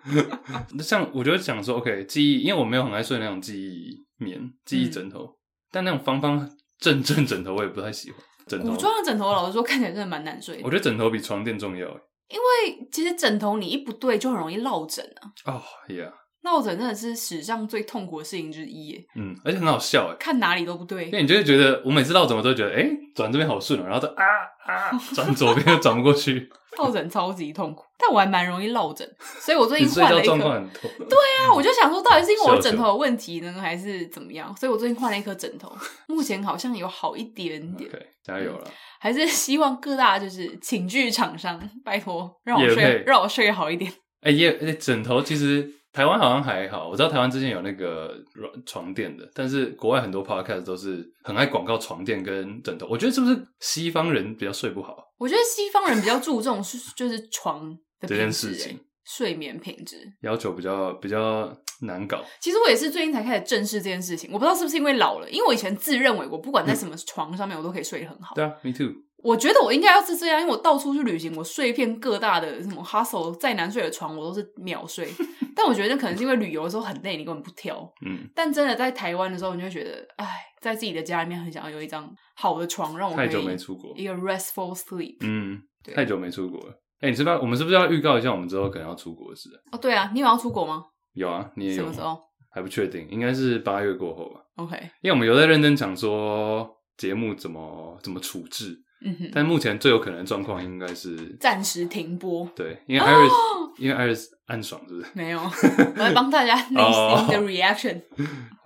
S1: 像我觉得讲说，OK，记忆，因为我没有很爱睡那种记忆棉、记
S2: 嗯
S1: 忆枕头，但那种方方正正枕头我也不太喜欢。枕头
S2: 古，装的枕头老实说看起来真的蛮难睡的
S1: 我，觉得枕头比床垫重要。欸
S2: 因为其实枕头你一不对就很容易落枕啊，
S1: 哦、oh,，Yeah，
S2: 落枕真的是史上最痛苦的事情之一耶，
S1: 嗯，而且很好笑哎，
S2: 看哪里都不对
S1: 因。为你就会觉得，我每次落枕我都会觉得，哎、转这边好顺哦、然后再啊啊，转左边又转不过 去，
S2: 落枕超级痛苦，但我还蛮容易落枕，所以我最
S1: 你
S2: 近
S1: 睡
S2: 换
S1: 觉
S2: 了一
S1: 状
S2: 颗。
S1: 况很多。
S2: 对啊，我就想说，到底是因为我
S1: 笑
S2: 枕
S1: 死
S2: 头有问题呢，还是怎么样？所以我最近换了一颗枕头，目前好像有好一点点，
S1: OK，加油了，
S2: 还是希望各大就是寝具厂商，拜托让我
S1: 业
S2: 睡
S1: 配，
S2: 让我睡好一点。
S1: 哎、也、哎枕头其实台湾好像还好，我知道台湾之前有那个软床垫的，但是国外很多 podcast 都是很爱广告床垫跟枕头。我觉得是不是西方人比较睡不好
S2: 我觉得西方人比较注重是就是床的
S1: 这
S2: 品
S1: 件
S2: 质、
S1: 事
S2: 欸
S1: 情，
S2: 睡眠品质。
S1: 要求比较比较难搞？
S2: 其实我也是最近才开始正视这件事情，我不知道是不是因为老了，因为我以前自认为我不
S1: 嗯
S2: 管在什么床上面，我都可以睡得很好。
S1: 对啊，Me too。
S2: 我觉得我应该要是这样，因为我到处去旅行，我睡遍各大的什么 hustle 再难睡的床，我都是秒 睡。但我觉得可能是因为旅游的时候很累，你根本不挑。
S1: 嗯，
S2: 但真的在台湾的时候，你就会觉得，哎，在自己的家里面很想要有一张好的床，让我可
S1: 太
S2: 以
S1: 久没出国，
S2: 一个 restful sleep。
S1: 嗯，
S2: 对
S1: 太久没出国了。哎、你是不是要我们是不是要预告一下我们之后可能要出国的事啊？
S2: 哦，对啊，你有要出国吗？
S1: 有啊，你也
S2: 什
S1: 有
S2: 么时
S1: 吗？
S2: 候
S1: 还不确定，应该是八月过后吧。
S2: ？OK，
S1: 因为我们有在认真讲说节目怎么怎么处置，
S2: 嗯哼，
S1: 但目前最有可能的状况应该是
S2: 暂时停播。
S1: 对，因为
S2: 哦
S1: Iris、因为 Iris 暗爽是不是？
S2: 没有，我来帮大家内
S1: 哦
S2: 心的 reaction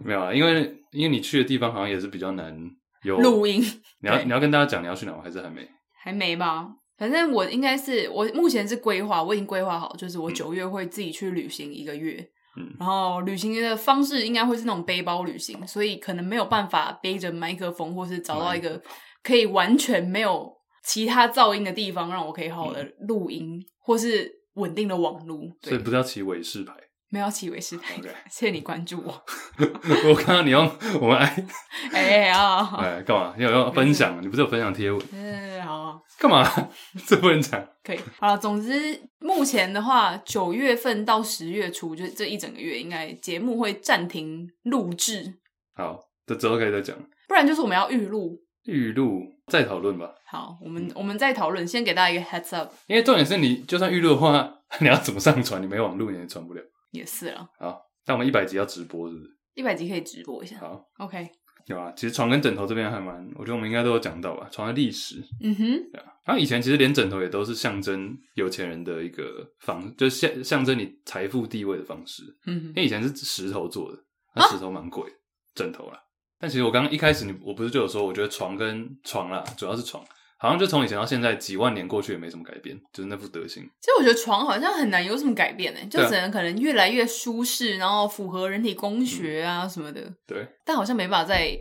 S1: 没有啊，因为因为你去的地方好像也是比较难有
S2: 录音，
S1: 你要
S2: 对
S1: 你要跟大家讲你要去哪，我还是还没。
S2: 还没吧？反正我应该是我目前是规划，我已经规划好，就是我九月会自己去旅行一个月。
S1: 嗯
S2: 然后旅行的方式应该会是那种背包旅行，所以可能没有办法背着麦克风，或是找到一个可以完全没有其他噪音的地方，让我可以好好的录音，或是稳定的网路。
S1: 所以
S2: 对，
S1: 嗯不是要骑尾士牌，
S2: 没有起维是太
S1: OK
S2: 谢谢你关注我。
S1: 我看到你用我们爱
S2: 哎呀，
S1: 哎干嘛？你有要分享？你不是有分享贴文？
S2: 嗯，好啊。
S1: 干嘛？ 这不能讲。
S2: 可以，好了。总之，目前的话，九月份到十月初，就是这一整个月，应该节目会暂停录制，
S1: 好，这之后可以再讲。
S2: 不然就是我们要预录。
S1: 预录再讨论吧，
S2: 好，我
S1: 嗯
S2: 们我们再讨论，先给大家一个 heads up，
S1: 因为重点是你就算预录的话， 你要怎么上传？你没网路你也传不了。
S2: 也是了。
S1: 但我们一百集要直播，是不是？
S2: 一百集可以直播一下
S1: 好，
S2: ，OK？
S1: 有啊。其实床跟枕头这边还蛮，我觉得我们应该都有讲到吧。床的历史，
S2: 嗯哼，
S1: 对啊。然后以前其实连枕头也都是象征有钱人的一个方，就是象象征你财富地位的方式。
S2: 嗯
S1: 因为以前是石头做的，
S2: 啊
S1: 那石头蛮贵的，枕头啦。但其实我刚刚一开始你我不是就有说，我觉得床跟床啦，主要是床，好像就从以前到现在几万年过去也没什么改变，就是那副德行。
S2: 其实我觉得床好像很难有什么改变呢、欸就
S1: 对啊
S2: 只能可能越来越舒适，然后符合人体工学啊什么的，
S1: 嗯对，
S2: 但好像没办法再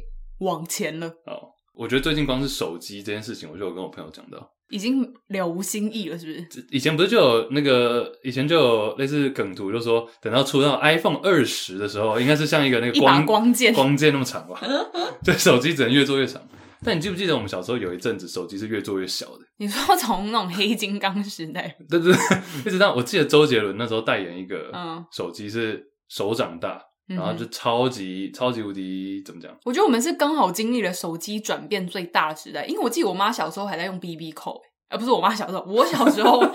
S2: 往前了，
S1: 哦，我觉得最近光是手机这件事情，我就有跟我朋友讲到，
S2: 已经了无新意了，是不是？
S1: 以前不是就有那个，以前就有类似梗图，就说等到出到 iPhone 二十的时候，应该是像一个那个
S2: 一把
S1: 光
S2: 光剑，
S1: 光剑那么长 吧？这手机只能越做越长。但你记不记得我们小时候有一阵子手机是越做越小的？
S2: 你说从那种黑金刚时代，
S1: 对对，对 一直到我记得周杰伦那时候代言一个
S2: 嗯
S1: 手机是手掌大，然后
S2: 嗯
S1: 就超级超级无敌怎么讲？
S2: 我觉得我们是刚好经历了手机转变最大的时代，因为我记得我妈小时候还在用 BB 扣、欸，呃，不是我妈小时候，我小 时候，我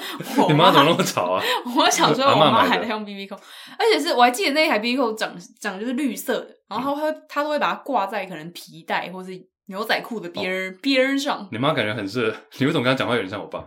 S1: 你妈怎么那么吵啊？
S2: 我小时候我
S1: 阿嬷
S2: 妈
S1: 买的
S2: 还在用 BB 扣，而且是我还记得那台 BB 扣长长就是绿色的，然后她会她都会把它挂在可能皮带或是牛仔裤的边儿、
S1: 哦
S2: 边儿上。
S1: 你妈感觉很适合，你为什么跟她讲话有点像我 爸？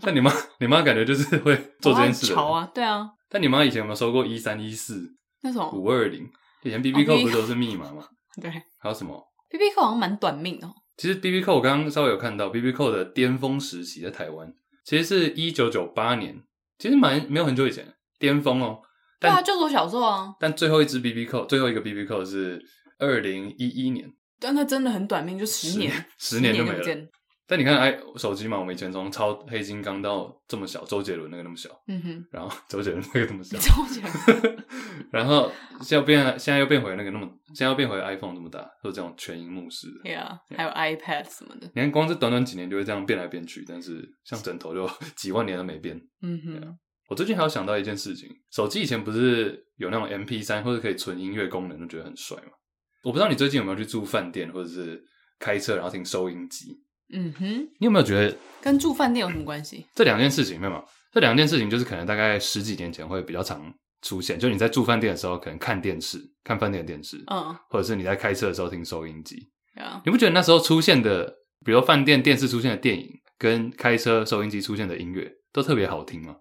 S1: 但你妈你妈感觉就是会做这件事的
S2: 我
S1: 人
S2: 妈很。潮啊，对啊，
S1: 但你妈以前有没有收过一三一四
S2: 那种
S1: 五二零？以前 B B
S2: 哦
S1: 扣
S2: BB
S1: 不是都是密码吗？
S2: 对
S1: 还有什么？
S2: BB 扣好像蛮短命的哦，
S1: 其实 B B 扣我刚刚稍微有看到 B B 扣的巅峰时期在台湾，其实是一九九八年，其实蛮没有很久以前巅峰哦。
S2: 对
S1: 但
S2: 啊，就是我小时候啊，
S1: 但最后一支 B B 扣，最后一个 B B 扣是二零一一年，
S2: 但它真的很短命，就十年，
S1: 十年就没
S2: 不
S1: 了。
S2: 见，
S1: 但你看，哎，手机嘛，我们以前从超黑金刚到这么小，周杰伦那个那么小，
S2: 嗯哼，
S1: 然后周杰伦那个那么小，
S2: 周 杰伦。
S1: 然后现在变，现在又变回那个那么，现在又变回 iPhone 这么大，都这种全荧幕式的。
S2: Yeah，还有 iPad 什么的。
S1: 你看， 光是短短几年就会这样变来变去，但是像枕头就几万年都没变。
S2: 嗯
S1: 对
S2: 哼，
S1: 我最近还有想到一件事情，手机以前不是有那种 MP 三或者可以存音乐功能，就觉得很帅嘛。我不知道你最近有没有去住饭店，或者是开车然后听收音机，
S2: 嗯哼，
S1: 你有没有觉得
S2: 跟住饭店有什么关系？
S1: 这两件事情，没有嘛？这两件事情就是可能大概十几年前会比较常出现，就你在住饭店的时候，可能看电视，看饭店的电视，
S2: 嗯，
S1: 或者是你在开车的时候听收音机。
S2: 对啊，
S1: 你不觉得那时候出现的，比如饭店电视出现的电影，跟开车收音机出现的音乐，都特别好听吗？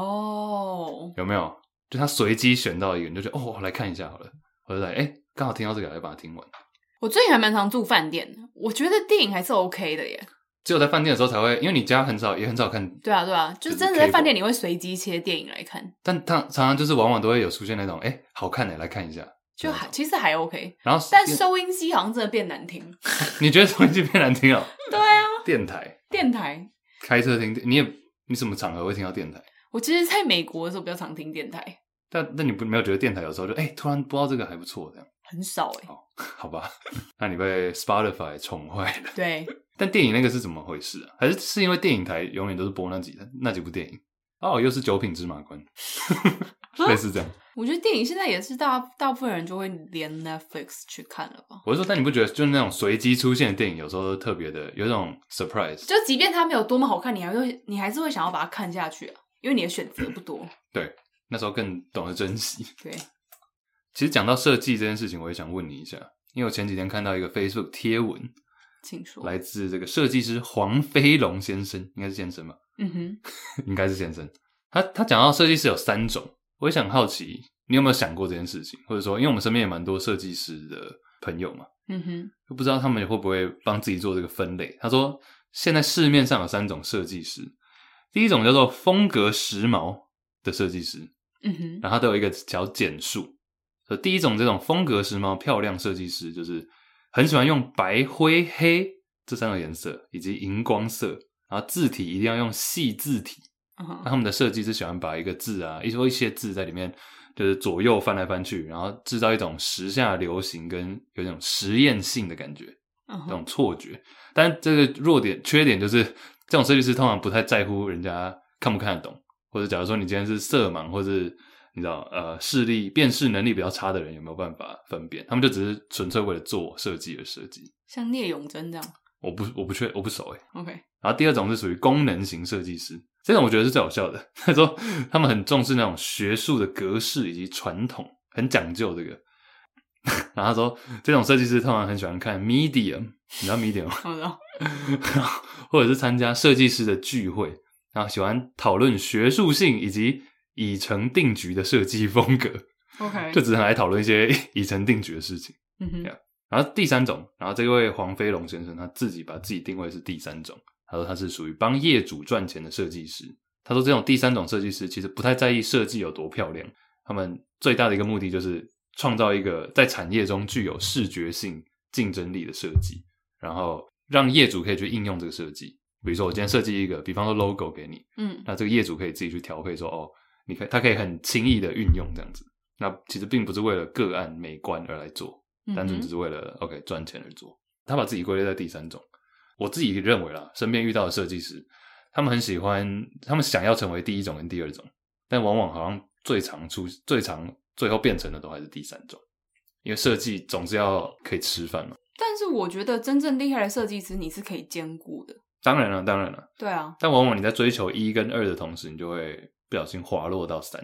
S2: 哦，
S1: 有没有？就他随机选到一个，你就觉得哦，我来看一下好了，我就来，哎、刚好听到这个，来把它听完。
S2: 我最近还蛮常住饭店的，我觉得电影还是 OK 的耶。
S1: 只有在饭店的时候才会，因为你家很少，也很少看
S2: 对啊，对啊，
S1: 就
S2: 就
S1: 是
S2: 真的在
S1: cable
S2: 饭店你会随机切电影来看，
S1: 但他常常就是往往都会有出现那种，哎、好看的、来看一下。
S2: 就还其实还 OK。
S1: 然后，
S2: 但收音机好像真的变难听。
S1: 你觉得收音机变难听了、
S2: 对啊，
S1: 电台
S2: 电台，
S1: 开车听，你也你什么场合会听到电台？
S2: 我其实在美国的时候比较常听电台，
S1: 但但你不没有觉得电台有时候就哎、突然不知道这个还不错，这样
S2: 很少哎。
S1: 好吧？ 那你被 Spotify 宠坏了。
S2: 对，
S1: 但电影那个是怎么回事啊？还是是因为电影台永远都是播那几那几部电影？哦，又是九品芝麻官， 类似这样。
S2: 我觉得电影现在也是大大部分人就会连 Netflix 去看了吧。
S1: 我是说，但你不觉得就是那种随机出现的电影，有时候都特别的有一种 surprise？
S2: 就即便它没有多么好看，你还会你还是会想要把它看下去啊，因为你的选择不 多。
S1: 那时候更懂得珍惜。
S2: 对，
S1: 其实讲到设计这件事情，我也想问你一下，因为我前几天看到一个 Facebook 贴文，
S2: 请说。
S1: 来自这个设计师黄飞龙先生，应该是先生吧？
S2: 嗯哼，
S1: 应该是先生。他他讲到设计师有三种，我也想好奇，你有没有想过这件事情？或者说，因为我们身边也蛮多设计师的朋友嘛，
S2: 嗯哼，
S1: 就不知道他们会不会帮自己做这个分类。他说，现在市面上有三种设计师，第一种叫做风格时髦的设计师，
S2: 嗯哼，
S1: 然后它都有一个小简述。呃，第一种这种风格时髦、漂亮设计师，就是很喜欢用白、灰、黑这三种颜色，以及荧光色。然后字体一定要用细字体，
S2: 嗯哼
S1: 那他们的设计是喜欢把一个字啊，一说一些字在里面就是左右翻来翻去，然后制造一种时下流行跟有一种实验性的感觉，那
S2: 嗯哼，
S1: 种错觉。但这个弱点、缺点就是，这种设计师通常不太在乎人家看不看得懂，或者假如说你今天是色盲，或者你知道呃视力辨识能力比较差的人，有没有办法分辨？他们就只是纯粹为了做设计而设计。
S2: 像聂永真这样。
S1: 我不我不确我不熟诶、欸
S2: OK，
S1: 然后第二种是属于功能型设计师，这种我觉得是最好笑的。 他说他们很重视那种学术的格式以及传统，很讲究这个。 然后他说这种设计师通常很喜欢看 Medium，你知道 Medium 吗？
S2: 好的，
S1: 然后或者是参加设计师的聚会，然后喜欢讨论学术性以及已成定局的设计风格，
S2: OK，
S1: 就只是来讨论一些 已成定局的事情。
S2: 嗯哼，
S1: 然后第三种，然后这位黄飞龙先生他自己把自己定位是第三种，他说他是属于帮业主赚钱的设计师。他说这种第三种设计师其实不太在意设计有多漂亮，他们最大的一个目的就是创造一个在产业中具有视觉性竞争力的设计，然后让业主可以去应用这个设计。比如说我今天设计一个，比方说 logo 给你，
S2: 嗯
S1: 那这个业主可以自己去调配说，哦，你可以他可以很轻易的运用这样子。那其实并不是为了个案美观而来做，
S2: 嗯
S1: 单纯只
S2: 哼，
S1: 是为了 OK 赚钱而做。他把自己归类在第三种。我自己认为啦，身边遇到的设计师，他们很喜欢，他们想要成为第一种跟第二种，但往往好像最常出、最常最后变成的都还是第三种，因为设计总是要可以吃饭嘛。
S2: 但是我觉得真正厉害的设计师，你是可以兼顾的。
S1: 当然了，当然了，
S2: 对啊，
S1: 但往往你在追求一跟二的同时，你就会不小心滑落到三。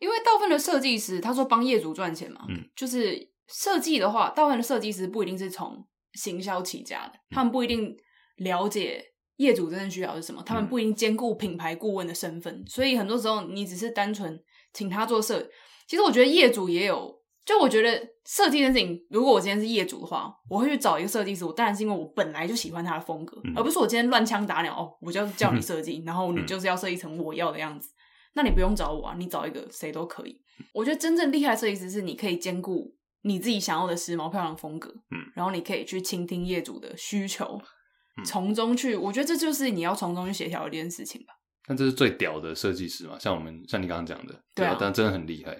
S2: 因为大部分的设计师，他说帮业主赚钱嘛，
S1: 嗯，
S2: 就是设计的话，大部分的设计师不一定是从行销起家的，他们不一定了解业主真正需要的是什么，他们
S1: 嗯
S2: 不一定兼顾品牌顾问的身份，所以很多时候你只是单纯请他做设，其实我觉得业主也有。就我觉得设计这件事情，如果我今天是业主的话，我会去找一个设计师。我当然是因为我本来就喜欢他的风格，
S1: 嗯
S2: 而不是我今天乱枪打鸟哦，我就叫你设计，然后你就是要设计成我要的样子。那你不用找我啊，你找一个谁都可以。我觉得真正厉害的设计师是你可以兼顾你自己想要的时髦漂亮风格，
S1: 嗯，
S2: 然后你可以去倾听业主的需求，
S1: 嗯
S2: 从中去，我觉得这就是你要从中去协调的一件事情吧。
S1: 但这是最屌的设计师嘛？像我们像你刚刚讲的，
S2: 对啊
S1: 但真的很厉害。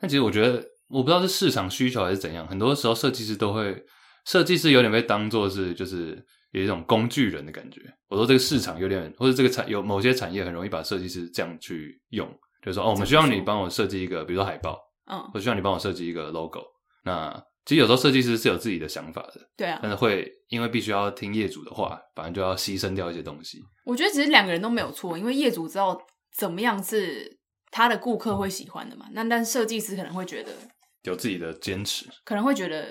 S1: 但其实我觉得，我不知道是市场需求还是怎样，很多时候设计师都会，设计师有点被当做是就是有一种工具人的感觉。我说这个市场有点，或者这个产有某些产业很容易把设计师这样去用，就是说哦，我们需要你帮我设计一个，比如说海报，
S2: 嗯，
S1: 我需要你帮我设计一个 logo。那其实有时候设计师是有自己的想法的，
S2: 对啊
S1: 但，是会因为必须要听业主的话，反正就要牺牲掉一些东西。
S2: 我觉得只是两个人都没有错，因为业主知道怎么样是他的顾客会喜欢的嘛。那但设计师可能会觉得，
S1: 有自己的坚持，
S2: 可能会觉得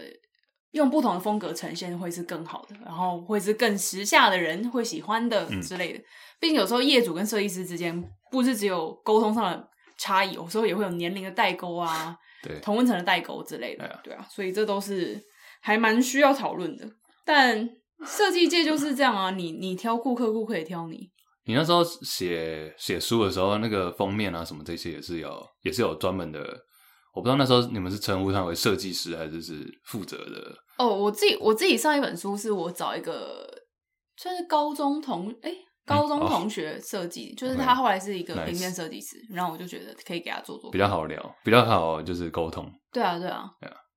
S2: 用不同的风格呈现会是更好的，然后会是更时下的人会喜欢的
S1: 嗯
S2: 之类的。毕竟有时候业主跟设计师之间不是只有沟通上的差异，有时候也会有年龄的代沟啊，
S1: 对，
S2: 同温层的代沟之类
S1: 对啊
S2: 的，对啊，所以这都是还蛮需要讨论的。但设计界就是这样啊，你你挑顾客，顾客也挑你，
S1: 你那时候写写书的时候，那个封面啊什么这些也是有，也是有专门的。我不知道那时候你们是称呼他为设计师，还是是负责的
S2: 哦，我自己我自己上一本书是我找一个算是高中同哎、高中
S1: 哦
S2: 同学设计，就是
S1: OK
S2: 他后来是一个
S1: Nice
S2: 平面设计师，然后我就觉得可以给他做做
S1: 比。较好聊，比较好就是沟通。
S2: 对啊，对啊，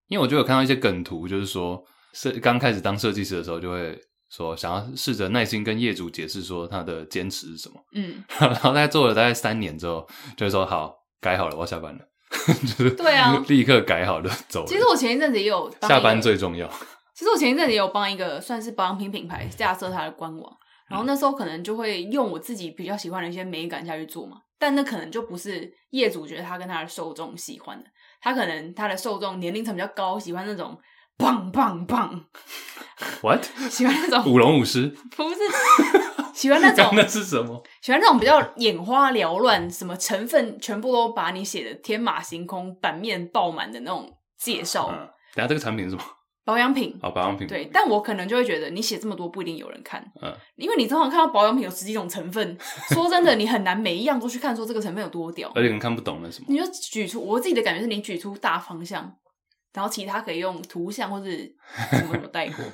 S1: 因为我就有看到一些梗图，就是说设刚开始当设计师的时候，就会说想要试着耐心跟业主解释说他的坚持是什么，
S2: 嗯，
S1: 然后他做了大概三年之后，就会说好改好了，我要下班了， 就是
S2: 对啊
S1: 立刻改好了走了。
S2: 其实我前一阵子也有帮一
S1: 下
S2: 个
S1: 班最重要，
S2: 其实我前一阵子也有帮一个算是保养品品牌架设它的官网，
S1: 嗯
S2: 然后那时候可能就会用我自己比较喜欢的一些美感下去做嘛，但那可能就不是业主觉得他跟他的受众喜欢的，他可能他的受众年龄层比较高，喜欢那种棒棒棒，
S1: what
S2: 喜欢那种
S1: 舞龙舞狮，
S2: 不是 喜欢那种
S1: 刚那是什么？
S2: 喜欢那种比较眼花缭乱，什么成分全部都把你写的天马行空、版面爆满的那种介绍、
S1: 嗯，等下这个产品 是什么？
S2: 保养品。
S1: 哦，保养品。
S2: 对，，但我可能就会觉得你写这么多不一定有人看，
S1: 嗯，
S2: 因为你通常看到保养品有十几种成分，说真的，你很难每一样都去看说这个成分有多屌。
S1: 而且你看不懂那是什么。
S2: 你就举出我自己的感觉是，你举出大方向，然后其他可以用图像或是什么什么带 过。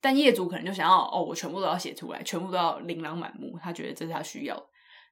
S2: 但业主可能就想要哦，我全部都要写出来，全部都要琳琅满目，他觉得这是他需要的。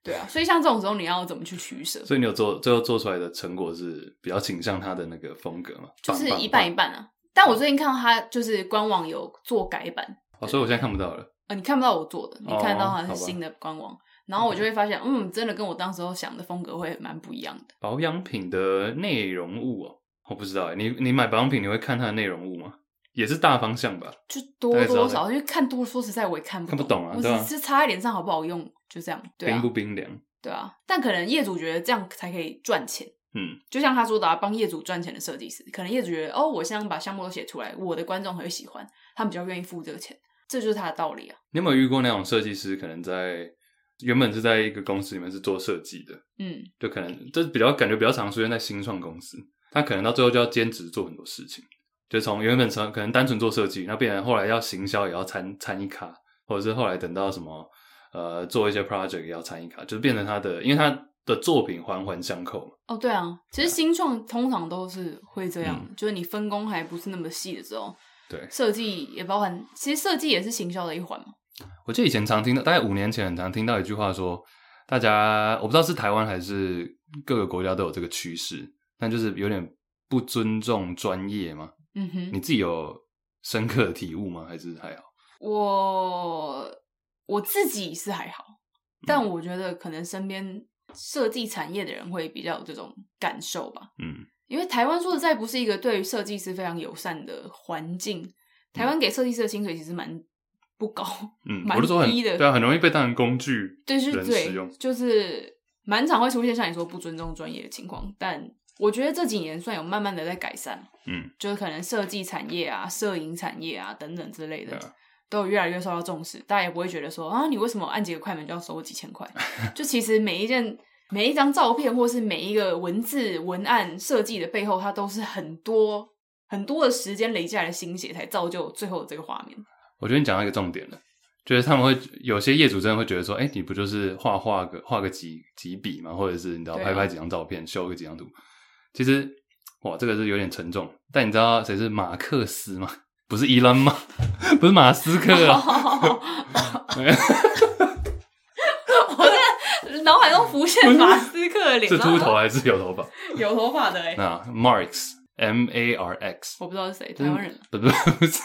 S2: 对啊，所以像这种时候，你要怎么去取舍？
S1: 所以你有做最后做出来的成果是比较倾向他的那个风格嘛？
S2: 就是
S1: 棒
S2: 一半一。半啊。但
S1: 嗯
S2: 我最近看到他就是官网有做改版，
S1: 棒哦，所以我现在看不到了。
S2: 呃，你看不到我做的，你
S1: 哦
S2: 看到
S1: 好吧
S2: 它是新的官网，然后我就会发现，嗯，真的跟我当时候想的风格会蛮不一样的。
S1: 保养品的内容物哦，我不知道欸。你你买保养品你会看它的内容物吗？也是大方向吧。
S2: 就多
S1: 大概知道
S2: 多少，因为看多，说实在我也看不
S1: 看不懂啊
S2: 我
S1: 对啊
S2: 只是擦在脸上好不好用，就这样，对
S1: 冰
S2: 啊
S1: 不，冰凉？
S2: 对啊。但可能业主觉得这样才可以赚钱，
S1: 嗯，
S2: 就像他说的、啊，帮业主赚钱的设计师，可能业主觉得，哦，我现在把项目都写出来，我的观众会喜欢，他们比较愿意付这个钱，这就是他的道理啊。
S1: 你有没有遇过那种设计师，可能在原本是在一个公司里面是做设计的，
S2: 嗯，
S1: 就可能这比较感觉比较常出现在新创公司，他可能到最后就要兼职做很多事情，就从原本从可能单纯做设计，那变成后来要行销也要参参一卡，或者是后来等到什么呃做一些 project 也要参一卡，就是变成他的，因为他的作品环环相扣嘛。
S2: 哦，对啊，其实新创通常都是会这样的，
S1: 嗯
S2: 就是你分工还不是那么细的时候，
S1: 对，
S2: 设计也包含，其实设计也是行销的一环嘛。
S1: 我记得以前常听到，大概五年前很常听到一句话说，大家我不知道是台湾还是各个国家都有这个趋势，但就是有点不尊重专业嘛。
S2: 嗯哼，
S1: 你自己有深刻的体悟吗？还是还好？
S2: 我我自己是还好，但我觉得可能身边设计产业的人会比较有这种感受吧。
S1: 嗯。
S2: 因为台湾说实在不是一个对于设计师非常友善的环境，台湾给设计师的薪水其实蛮不高，
S1: 嗯，
S2: 蛮
S1: 我是说很
S2: 低的
S1: 对啊，很容易被当成工具。
S2: 对，是
S1: 人使
S2: 对
S1: 用，
S2: 就是蛮常会出现像你说不尊重专业的情况，但我觉得这几年算有慢慢的在改善，
S1: 嗯，
S2: 就是可能设计产业啊、摄影产业啊等等之类的。
S1: 对啊
S2: 都有越来越受到重视，大家也不会觉得说啊，你为什么按几个快门就要收我几 千块？就其实每一件、每一张照片，或是每一个文字文案设计的背后，它都是很多很多的时间累积来的心血，才造就最后的这个画面。
S1: 我觉得你讲到一个重点了，就是他们会有些业主真的会觉得说，哎、你不就是画画个画个几几笔嘛，或者是你知道
S2: 对啊
S1: 拍拍几张照片，修个几张图。其实哇，这个是有点沉重。但你知道谁是马克思吗？不是伊朗吗？不是马斯克
S2: 哦
S1: 啊？
S2: 我在脑海中浮现马斯克的 脸，
S1: 是秃头
S2: 然后
S1: 还是有头发？
S2: 有头发的哎、
S1: 那 Marx M A R X，
S2: 我不知道是谁，
S1: 就
S2: 台
S1: 是
S2: 湾人。
S1: 不不不是，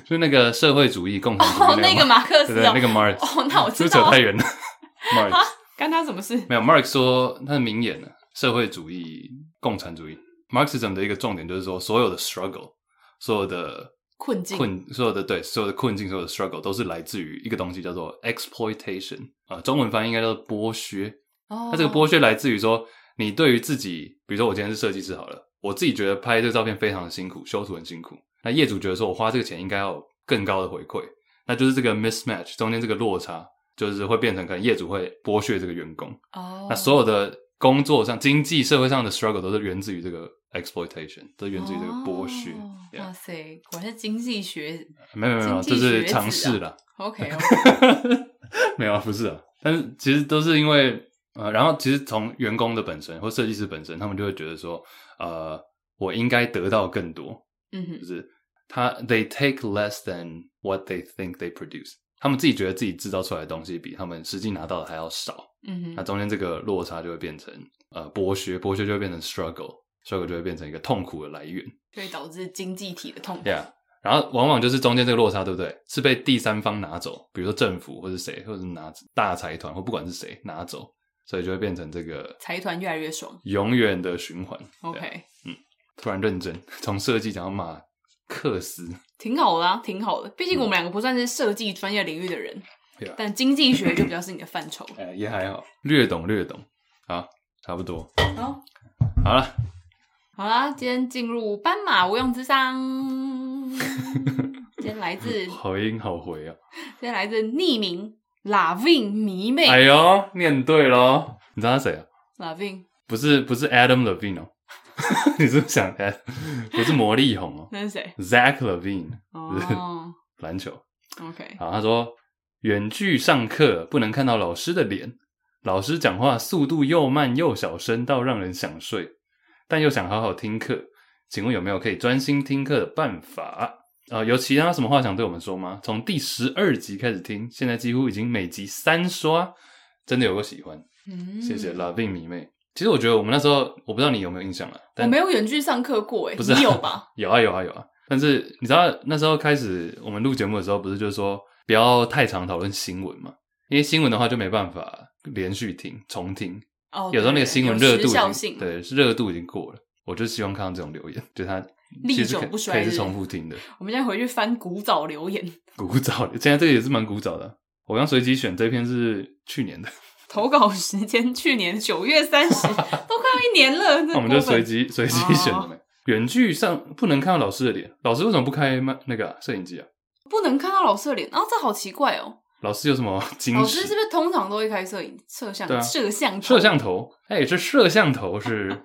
S1: 就是那个社会主义共产主义
S2: 哦，那个马克
S1: 对
S2: 思
S1: 嗯对
S2: 哦，
S1: 那个 Marx，
S2: 哦，那我
S1: 这
S2: 知
S1: 扯
S2: 道啊
S1: 太，远了。March，
S2: 干他什么事？
S1: 没有，Marx 说他的名言呢，社会主义、共产主义，Marxism 的一个重点就是说，所有的 struggle，所有的
S2: 困境
S1: 困，所有的对，所有的困境，所有的 struggle 都是来自于一个东西叫做 exploitation 啊、呃中文翻译应该叫做剥削。
S2: 哦
S1: 它这个剥削来自于说，你对于自己，比如说我今天是设计师好了，我自己觉得拍这个照片非常的辛苦，修图很辛苦。那业主觉得说我花这个钱应该要有更高的回馈，那就是这个 mismatch 中间这个落差，就是会变成可能业主会剥削这个员工。
S2: 哦，
S1: 那所有的工作上、经济社会上的 struggle 都是源自于这个 exploitation，都是源自于这个剥削。
S2: 哦
S1: Yeah
S2: 哇塞，果然是经济学。
S1: 没有没有没有，
S2: 经
S1: 这
S2: 济学
S1: 是
S2: 子啊
S1: 尝试啦，
S2: OK，
S1: 没有啊，不是啊。但是其实都是因为呃，然后其实从员工的本身或设计师本身，他们就会觉得说，呃，我应该得到更多，
S2: 嗯哼
S1: 就，是他 they take less than what they think they produce，他们自己觉得自己制造出来的东西比他们实际拿到的还要少。
S2: 嗯
S1: 那
S2: 哼，
S1: 中间这个落差就会变成呃剥削，剥削就会变成 struggle，struggle 就会变成一个痛苦的来源
S2: 所以导致经济体的痛苦。
S1: ，yeah。然后往往就是中间这个落差，对不对？是被第三方拿走，比如说政府或者谁，或者是拿大财团或不管是谁拿走，所以就会变成这个
S2: 财团越来越爽。
S1: 永远的循环。对啊
S2: OK，
S1: 突然认真，从设计讲到马克思，
S2: 挺好的啊，挺好的。毕
S1: 嗯
S2: 竟我们两个不算是设计专业领域的人
S1: Yeah，
S2: 但经济学就比较是你的范畴。
S1: 呃，也还好，略懂略懂，好，差不多，
S2: 好，
S1: 好了，
S2: 好啦，今天进入斑马无用之 伤。今天来自，今
S1: 好音好回哦。
S2: 天来自匿名 Lavin 迷妹
S1: 哎呦，念对喽，你知道他谁啊？
S2: Lavin，
S1: 不是不是 Adam Levine 哦， 你是不是想 Ad？不是魔力红哦
S2: 那是谁？
S1: ，Zach Levine
S2: 哦
S1: 篮球。
S2: ，OK，
S1: 好，他说远距上课不能看到老师的脸，老师讲话速度又慢又小声到让人想睡，但又想好好听课。请问有没有可以专心听课的办法？啊、有其他什么话想对我们说吗？从第十二集开始听，现在几乎已经每集三刷，真的有个喜欢。
S2: 嗯，
S1: 谢谢。拉宾迷妹。其实我觉得我们那时候，我不知道你有没有印象了，
S2: 我
S1: 但
S2: 没有远距上课过，哎，
S1: 不是啊
S2: 你有吧？
S1: 有啊有啊有啊。但是你知道那时候开始我们录节目的时候，不是就是说不要太常讨论新闻嘛？因为新闻的话就没办法连续听重听，
S2: 哦，
S1: 有时候那个
S2: 对
S1: 新闻
S2: 有
S1: 热
S2: 时
S1: 度
S2: 效
S1: 已
S2: 性
S1: 经，对是热度已经过了。我就希望看到这种留言，就它
S2: 历
S1: 其实
S2: 久
S1: 可
S2: 不衰
S1: 可以
S2: 是
S1: 是
S2: 不是
S1: 重复听的。
S2: 我们现在回去翻古早留言，
S1: 古早的，现在这个也是蛮古早的啊。我刚随机选这篇是去年的，
S2: 投稿时间去年九月 三十，都快要一年了。
S1: 那
S2: 那
S1: 我们就
S2: 过
S1: 随
S2: 分
S1: 机随
S2: 哦
S1: 机选的没。远距上不能看到老师的脸，老师为什么不开麦那个啊摄、影机啊？
S2: 不能看到老师的脸，啊，这好奇怪哦。
S1: 老师有什么矜
S2: 老
S1: 持
S2: 师是不是通常都会开摄影、摄像、
S1: 对啊
S2: 摄像、
S1: 摄？像头，哎、这摄像头 是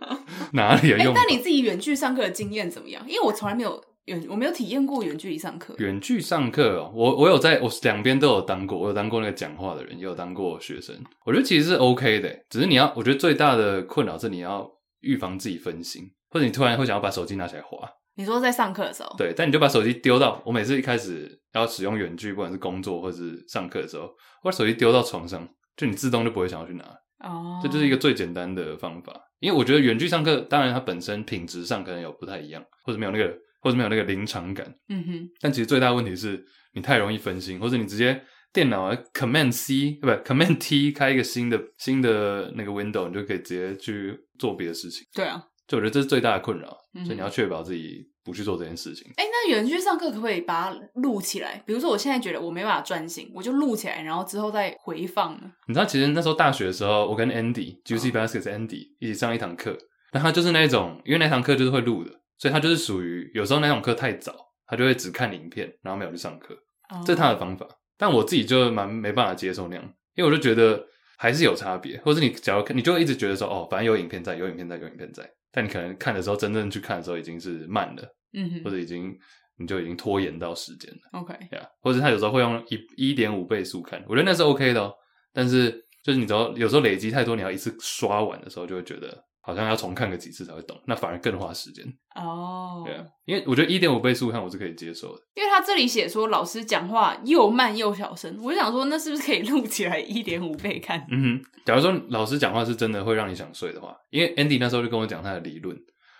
S1: 哪里的
S2: 哎、
S1: 用法？
S2: 那你自己远距上课的经验怎么样？因为我从来没有远，我没有体验过远距离上课。
S1: 远距上课、哦，我我有在我两边都有当过，我有当过那个讲话的人，也有当过学生。我觉得其实是 OK 的，欸只是你要，我觉得最大的困扰是你要预防自己分心，或者你突然会想要把手机拿起来滑，
S2: 你说在上课的时候，
S1: 对，但你就把手机丢到我每次一开始要使用远距，不管是工作或是上课的时候，我把手机丢到床上，就你自动就不会想要去拿。
S2: 哦，
S1: 这就是一个最简单的方法。因为我觉得远距上课，当然它本身品质上可能有不太一样，或者没有那个，或者没有那个临场感。
S2: 嗯哼，
S1: 但其实最大的问题是你太容易分心，或者你直接电脑啊 Command C 呃不 Command T 开一个新的新的那个 window，你就可以直接去做别的事情。
S2: 对啊。
S1: 就我觉得这是最大的困扰，
S2: 嗯
S1: 所以你要确保自己不去做这件事情。
S2: 哎、那远距上课可不可以把它录起来？比如说，我现在觉得我没办法专心，我就录起来，然后之后再回放呢。
S1: 你知道，其实那时候大学的时候，我跟 Andy Juicy Baskets Andy 一起上一堂课，那他就是那种，因为那堂课就是会录的，所以他就是属于有时候那堂课太早，他就会只看影片，然后没有去上课，
S2: 哦
S1: 这是他的方法。但我自己就蛮没办法接受那样，因为我就觉得还是有差别，或是你假如看，你就会一直觉得说，哦，反正有影片在，有影片在，有影片在，但你可能看的时候，真正去看的时候已经是慢了，
S2: 嗯
S1: 或
S2: 哼
S1: 者已经你就已经拖延到时间了。
S2: ，OK，
S1: 对啊，或者他有时候会用一一点五倍速看，我觉得那是 OK 的哦。但是就是你只要有时候累积太多，你要一次刷完的时候，就会觉得好像要重看个几次才会懂，那反而更花时间。
S2: 哦、
S1: 对啊，因为我觉得一点五倍速看我是可以接受的。
S2: 因为他这里写说老师讲话又慢又小声，我就想说那是不是可以录起来一点五倍看？
S1: 嗯哼，假如说老师讲话是真的会让你想睡的话，因为 Andy 那时候就跟我讲他的理论，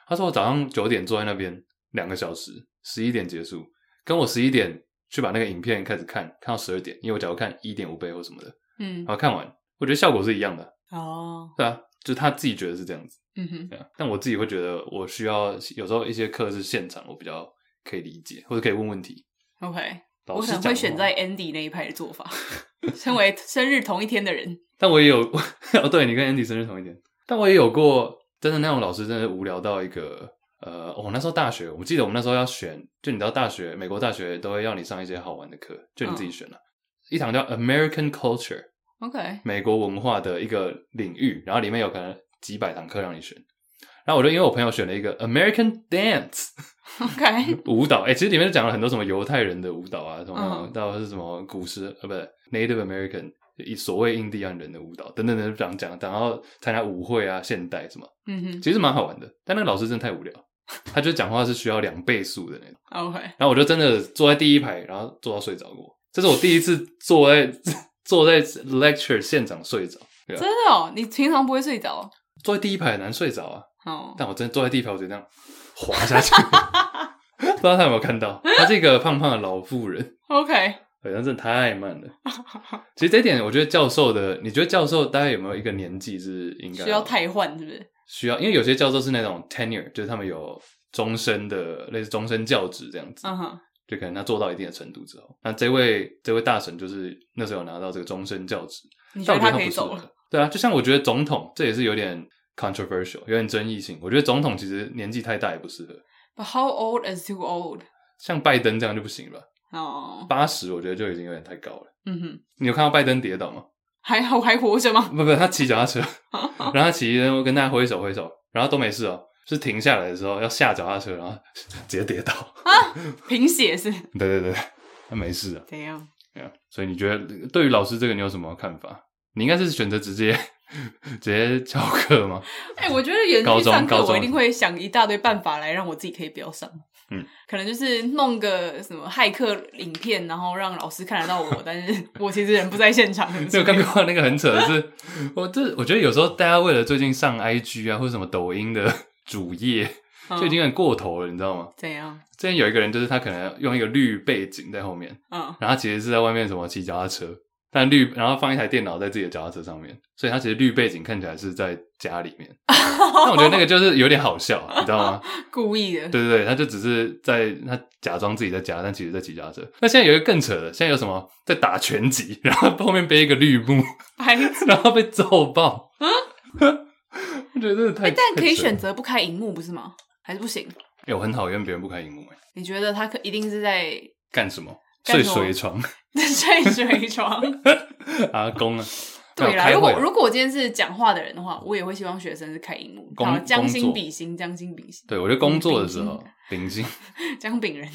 S1: 他说我早上九点坐在那边两个小时，十一点结束，跟我十一点去把那个影片开始看，看到十二点，因为我假如看一点五倍或什么的，
S2: 嗯
S1: 然后看完，我觉得效果是一样的，
S2: 哦，
S1: 对啊，就他自己觉得是这样子，
S2: 嗯哼，
S1: 对啊。但我自己会觉得，我需要有时候一些课是现场，我比较可以理解，或者可以问问题。
S2: OK，
S1: 老
S2: 我
S1: 师
S2: 可能
S1: 讲
S2: 会
S1: 话
S2: 选在 Andy 那一派的做法。 身为生日同一天的人，
S1: 但我也有， 哦，对你跟 Andy 生日同一天，但我也有过，真的那种老师真的无聊到一个，呃，我、那时候大学，我记得我们那时候要选，就你知道大学，美国大学都会要你上一些好玩的课，就你自己
S2: 嗯
S1: 选了、一堂叫 American Culture
S2: ，OK，
S1: 美国文化的一个领域，然后里面有可能几百堂课让你选，然后我就因为我朋友选了一个 American Dance。
S2: OK，
S1: 舞蹈，哎、其实里面讲了很多什么犹太人的舞蹈啊，什么
S2: 嗯
S1: 到是什么古时呃，不是 Native American，以所谓印第安人的舞蹈等等等等讲讲，然后参加舞会啊，现代什么，
S2: 嗯
S1: 其实蛮好玩的。但那个老师真的太无聊，他就讲话是需要两倍速的那种。
S2: 哼，OK，
S1: 然后我就真的坐在第一排，然后坐到睡着过，这是我第一次坐在 坐在 lecture 现场睡着。对啊
S2: 真，的哦，你平常不会睡着
S1: 坐在第一排很难睡着啊，
S2: 哦，
S1: 但我真的坐在地上，我就这样滑下去，不知道他有没有看到，他是一个胖胖的老妇人。
S2: ，OK，
S1: 好像真的太慢 了。
S2: 哦
S1: 其实这一点，我觉得教授的，你觉得教授大概有没有一个年纪是应该
S2: 需要汰换是不是？
S1: 需要？因为有些教授是那种 tenure，就是他们有终身的类似终身教职这样子，
S2: 嗯哼，
S1: 就可能他做到一定的程度之后，那这位这位大神就是那时候有拿到这个终身教职，
S2: 你觉
S1: 但我觉
S2: 得
S1: 得
S2: 可
S1: 不
S2: 以
S1: 是
S2: 走了？
S1: 的。对啊，就像我觉得总统这也是有点 controversial，有点争议性。我觉得总统其实年纪太大也不适合，
S2: But how old is too old？
S1: 像拜登这样就不行了，
S2: 哦，
S1: 八十我觉得就已经有点太高了。
S2: 嗯哼，
S1: 你有看到拜登跌倒吗？
S2: 还好还活着吗？
S1: 不不，他骑脚踏车，然后他骑，然后跟大家挥手挥手，然后都没事哦。是停下来的时候要下脚踏车，然后 直接跌倒。
S2: 贫血是
S1: 对对对，他没事啊。
S2: 怎样？
S1: 对啊所以你觉得对于老师这个你有什么看法？你应该是选择直接 直接翘课吗？
S2: 哎、我觉得远
S1: 高
S2: 距
S1: 中
S2: 上
S1: 高
S2: 课，
S1: 中
S2: 我一定会想一大堆办法来让我自己可以不要上。
S1: 嗯，
S2: 可能就是弄个什么骇客影片，然后让老师看得到我，但是我其实人不在现场。
S1: 你有看过那个很扯的是， 我这我觉得有时候大家为了最近上 IG 啊或者什么抖音的主页，
S2: 嗯
S1: 就已经很过头了，你知道吗？
S2: 怎样？
S1: 之前有一个人就是他可能用一个绿背景在后面，
S2: 嗯，
S1: 然后他其实是在外面什么骑脚踏车，但绿然后放一台电脑在自己的脚踏车上面，所以他其实绿背景看起来是在家里 面。但我觉得那个就是有点好笑，你知道吗？
S2: 故意的。
S1: 对对对，他就只是在他假装自己在家，但其实在骑脚踏车。那现在有一个更扯的，现在有什么在打拳击，然后后面背一个绿幕，
S2: 白痴。
S1: 然后被揍爆。 我觉得真的太……
S2: 嗯但可
S1: 太
S2: 以
S1: 扯了
S2: 选。择不开荧幕，不是吗？还是不行？
S1: 哎、我很讨厌别人不开荧幕，哎
S2: 你觉得他可一定是在
S1: 干什么？
S2: 干
S1: 睡
S2: 什么
S1: 水床
S2: 睡水床？
S1: 阿公啊，
S2: 对啦，
S1: 没有
S2: 如
S1: 开会
S2: 果如果我今天是讲话的人的话，我也会希望学生是开荧幕，
S1: 工
S2: 好，将
S1: 工作
S2: 心比心，将心比心，
S1: 对我觉得工作的时
S2: 丙
S1: 候，秉性
S2: 将饼人。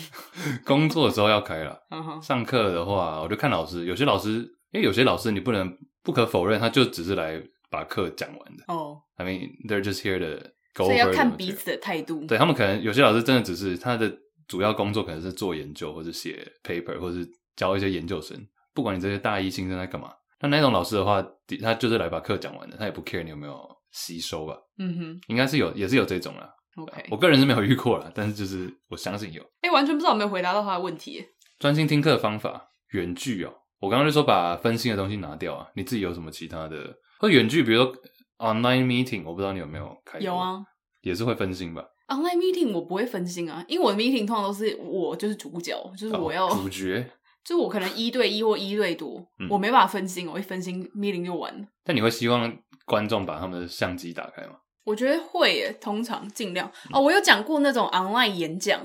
S1: 工作的时候要开了，
S2: 嗯哼，
S1: 上课的话，我就看老师，有些老师，因为有些老师你不能不可否认，他就只是来把课讲完的。
S2: 哦，
S1: I mean, they're just here to go
S2: 所
S1: over.
S2: 以要
S1: the
S2: 看
S1: material
S2: 彼此的态度。
S1: 对他们可能有些老师真的只是他的主要工作可能是做研究，或者写 paper，或是教一些研究生。不管你这些大一新生在干嘛，那那种老师的话，的他就是来把课讲完的，他也不 care 你有没有吸收吧？
S2: 嗯
S1: 应该是有，也是有这种啦。
S2: 哼，OK。
S1: 啊我个人是没有遇过啦，但是就是我相信有。
S2: 哎、完全不知道有没有回答到他的问题耶。
S1: 专心听课的方法，远距哦。我刚刚就说把分心的东西拿掉啊，你自己有什么其他的？或者远距，比如说呃 online meeting，我不知道你有没有开过
S2: 有，啊
S1: 也是会分心吧？
S2: ，online meeting 我不会分心啊，因为我的 meeting 通常都是我就是主角，就是嗯我要，
S1: 哦主角，
S2: 就是我可能一对一或一对多，
S1: 嗯
S2: 我没办法分心，我一分心 meeting 就完了。
S1: 但你会希望观众把他们的相机打开 吗？
S2: 我觉得会耶，通常尽量哦。我有讲过那种 online 演讲，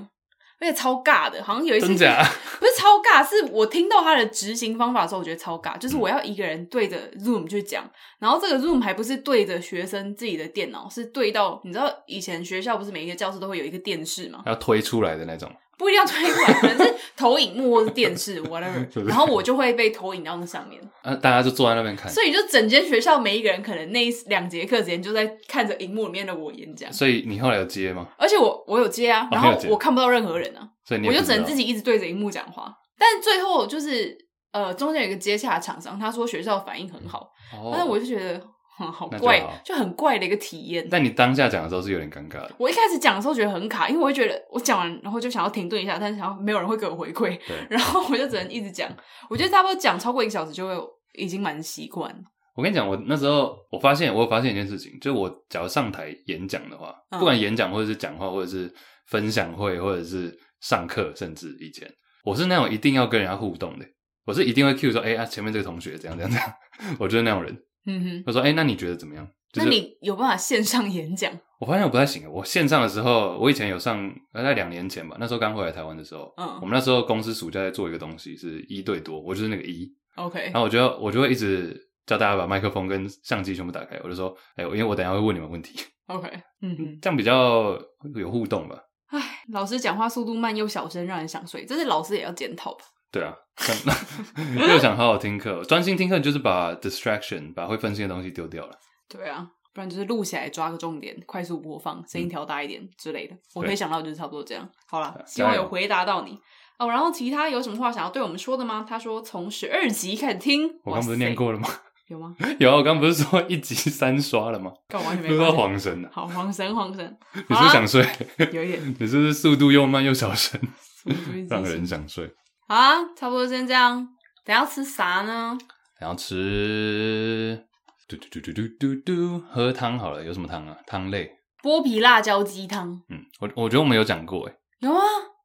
S2: 而且超尬的，好像有一次
S1: 真假？
S2: 不是超尬，是我听到他的执行方法的时候，我觉得超尬。就是
S1: 嗯
S2: 我要一个人对着 Zoom 去讲，然后这个 Zoom 还不是对着学生自己的电脑，是对到你知道以前学校不是每一个教室都会有一个电视吗？
S1: 要推出来的那种，
S2: 不一定要推 过来，可能是投影幕或是电视
S1: 是
S2: whatever，然后我就会被投影到那上面，
S1: 啊，大家就坐在那边看。
S2: 所以就整间学校每一个人可能那一两节课时间就在看着荧幕里面的我演讲。
S1: 所以你后来有接吗？
S2: 而且我我有接啊
S1: 哦，
S2: 然
S1: 你有
S2: 后
S1: 接
S2: 我看不到任何人啊，
S1: 所以你也
S2: 我就
S1: 不
S2: 只
S1: 知
S2: 能
S1: 道
S2: 自己一直对着荧幕讲话。但最后就是呃，中间有一个接洽的厂商，他说学校反应很好，
S1: 哦
S2: 但是我就觉得哼好
S1: 那就
S2: 怪
S1: 好，
S2: 就很怪的一个体验。
S1: 但你当下讲的时候是有点尴尬的，
S2: 我一开始讲的时候觉得很卡，因为我会觉得我讲完，然后就想要停顿一下，但是想要没有人会给我回馈
S1: 对，
S2: 然后我就只能一直讲。我觉得差不多讲超过一个小时就会已经蛮习惯了。
S1: 我跟你讲，我那时候我发现，我有发现一件事情，就我假如上台演讲的话，
S2: 嗯
S1: 不管演讲或者是讲话，或者是分享会，或者是上课，甚至以前，我是那种一定要跟人家互动的，我是一定会 Q 说，哎、啊，前面这个同学怎样怎样怎样，我就是那种人。
S2: 嗯哼，
S1: 我说，哎、那你觉得怎么样？就
S2: 那
S1: 是
S2: 你有办法线上演讲？
S1: 我发现我不太行，啊我线上的时候，我以前有上，大概两年前吧，那时候刚回来台湾的时候，我
S2: 嗯
S1: 们那时候公司暑假在做一个东西，是一对多，我就是那个一，
S2: ，OK，
S1: 然后我就要我就会一直叫大家把麦克风跟相机全部打开，我就说，哎、因为我等一下会问你们问题，
S2: OK，嗯哼，
S1: 这样比较有互动吧？
S2: 唉，老师讲话速度慢又小声，让人想睡，这是老师也要检讨吧？
S1: 对 啊， 像又想好好听课，专心听课就是把 distraction 把会分心的东西丢掉了。
S2: 对啊，不然就是录起来抓个重点，快速播放，声音调大一点之类的。我可以
S1: 嗯对
S2: 想到就是差不多这样。好啦
S1: 对，
S2: 希望
S1: 加油
S2: 有回答到你哦。然后其他有什么话想要对我们说的吗？他说从十二集开始听，
S1: 我刚不是
S2: 哇塞
S1: 念过了吗？
S2: 有吗？
S1: 有啊，我刚不是说一集三刷了吗？
S2: 干我完全
S1: 录
S2: 没发
S1: 到
S2: 啊现。
S1: 黄神了、啊
S2: 好，黄神黄神，
S1: 你是不是想睡？
S2: 有一点
S1: 你是不是速度又慢又小声，
S2: 速度一直
S1: 让人想睡？
S2: 好啊，差不多先这样。等一下要吃啥呢？
S1: 然后吃嘟嘟嘟嘟嘟嘟嘟，喝汤好了，有什么汤啊？汤类，
S2: 剥皮辣椒鸡汤
S1: 嗯，我我觉得我们有讲过哎，
S2: 有啊，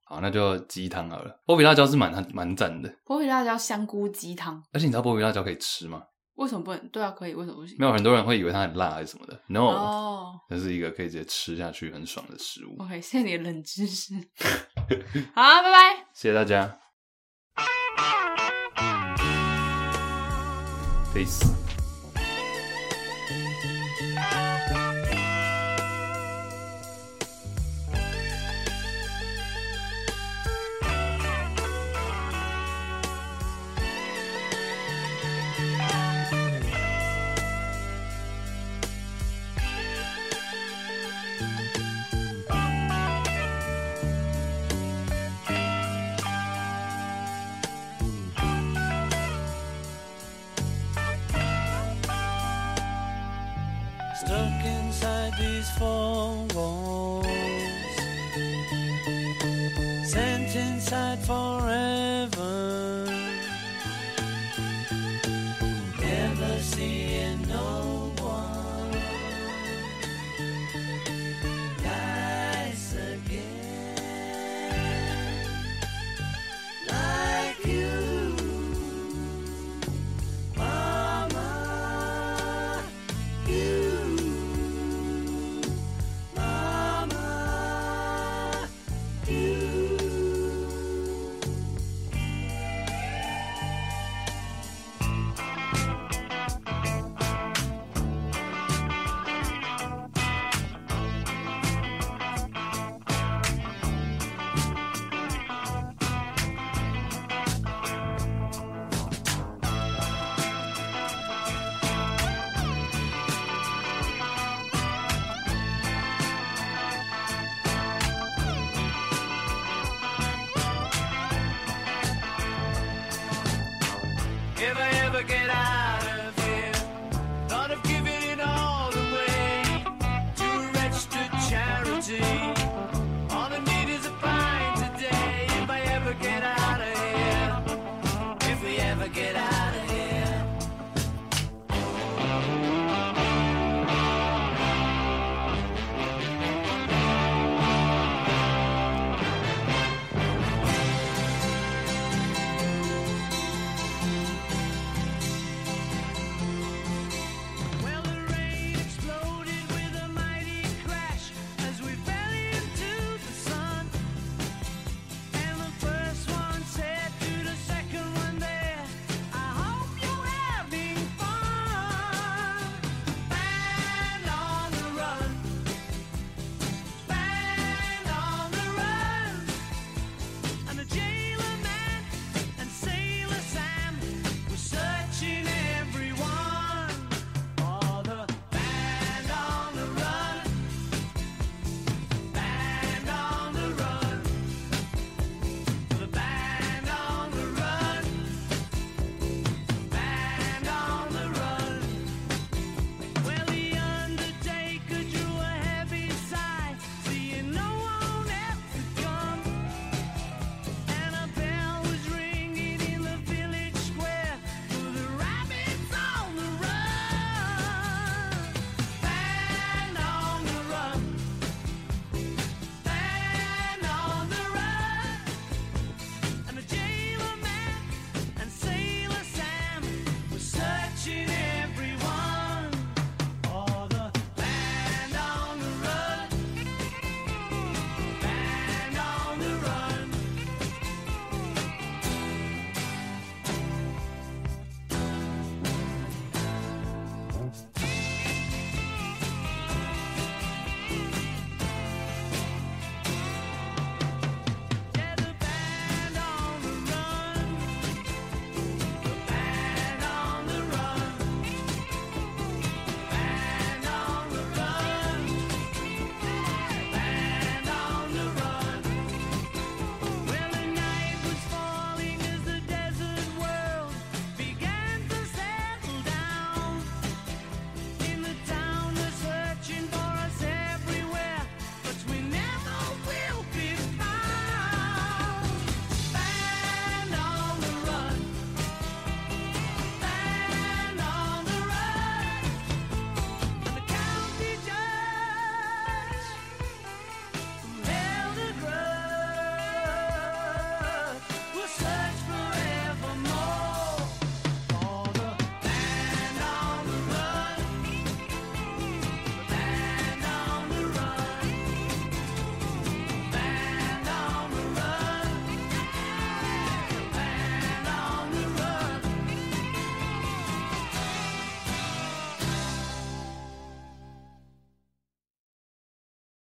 S1: 好，那就鸡汤好了。波比辣椒是蛮蛮赞的，
S2: 剥皮辣椒香菇鸡汤。
S1: 而且你知道波比辣椒可以吃吗？
S2: 为什么不能？对啊，可以，为什么不行？
S1: 没有很多人会以为它很辣还是什么的，no，、
S2: 哦、
S1: 那是一个可以直接吃下去很爽的食物。
S2: o k 谢谢你的冷知识。 好啊，拜拜。
S1: 谢谢大家，peace。
S3: stuck inside these four walls, sent inside forever, never seeing Oh,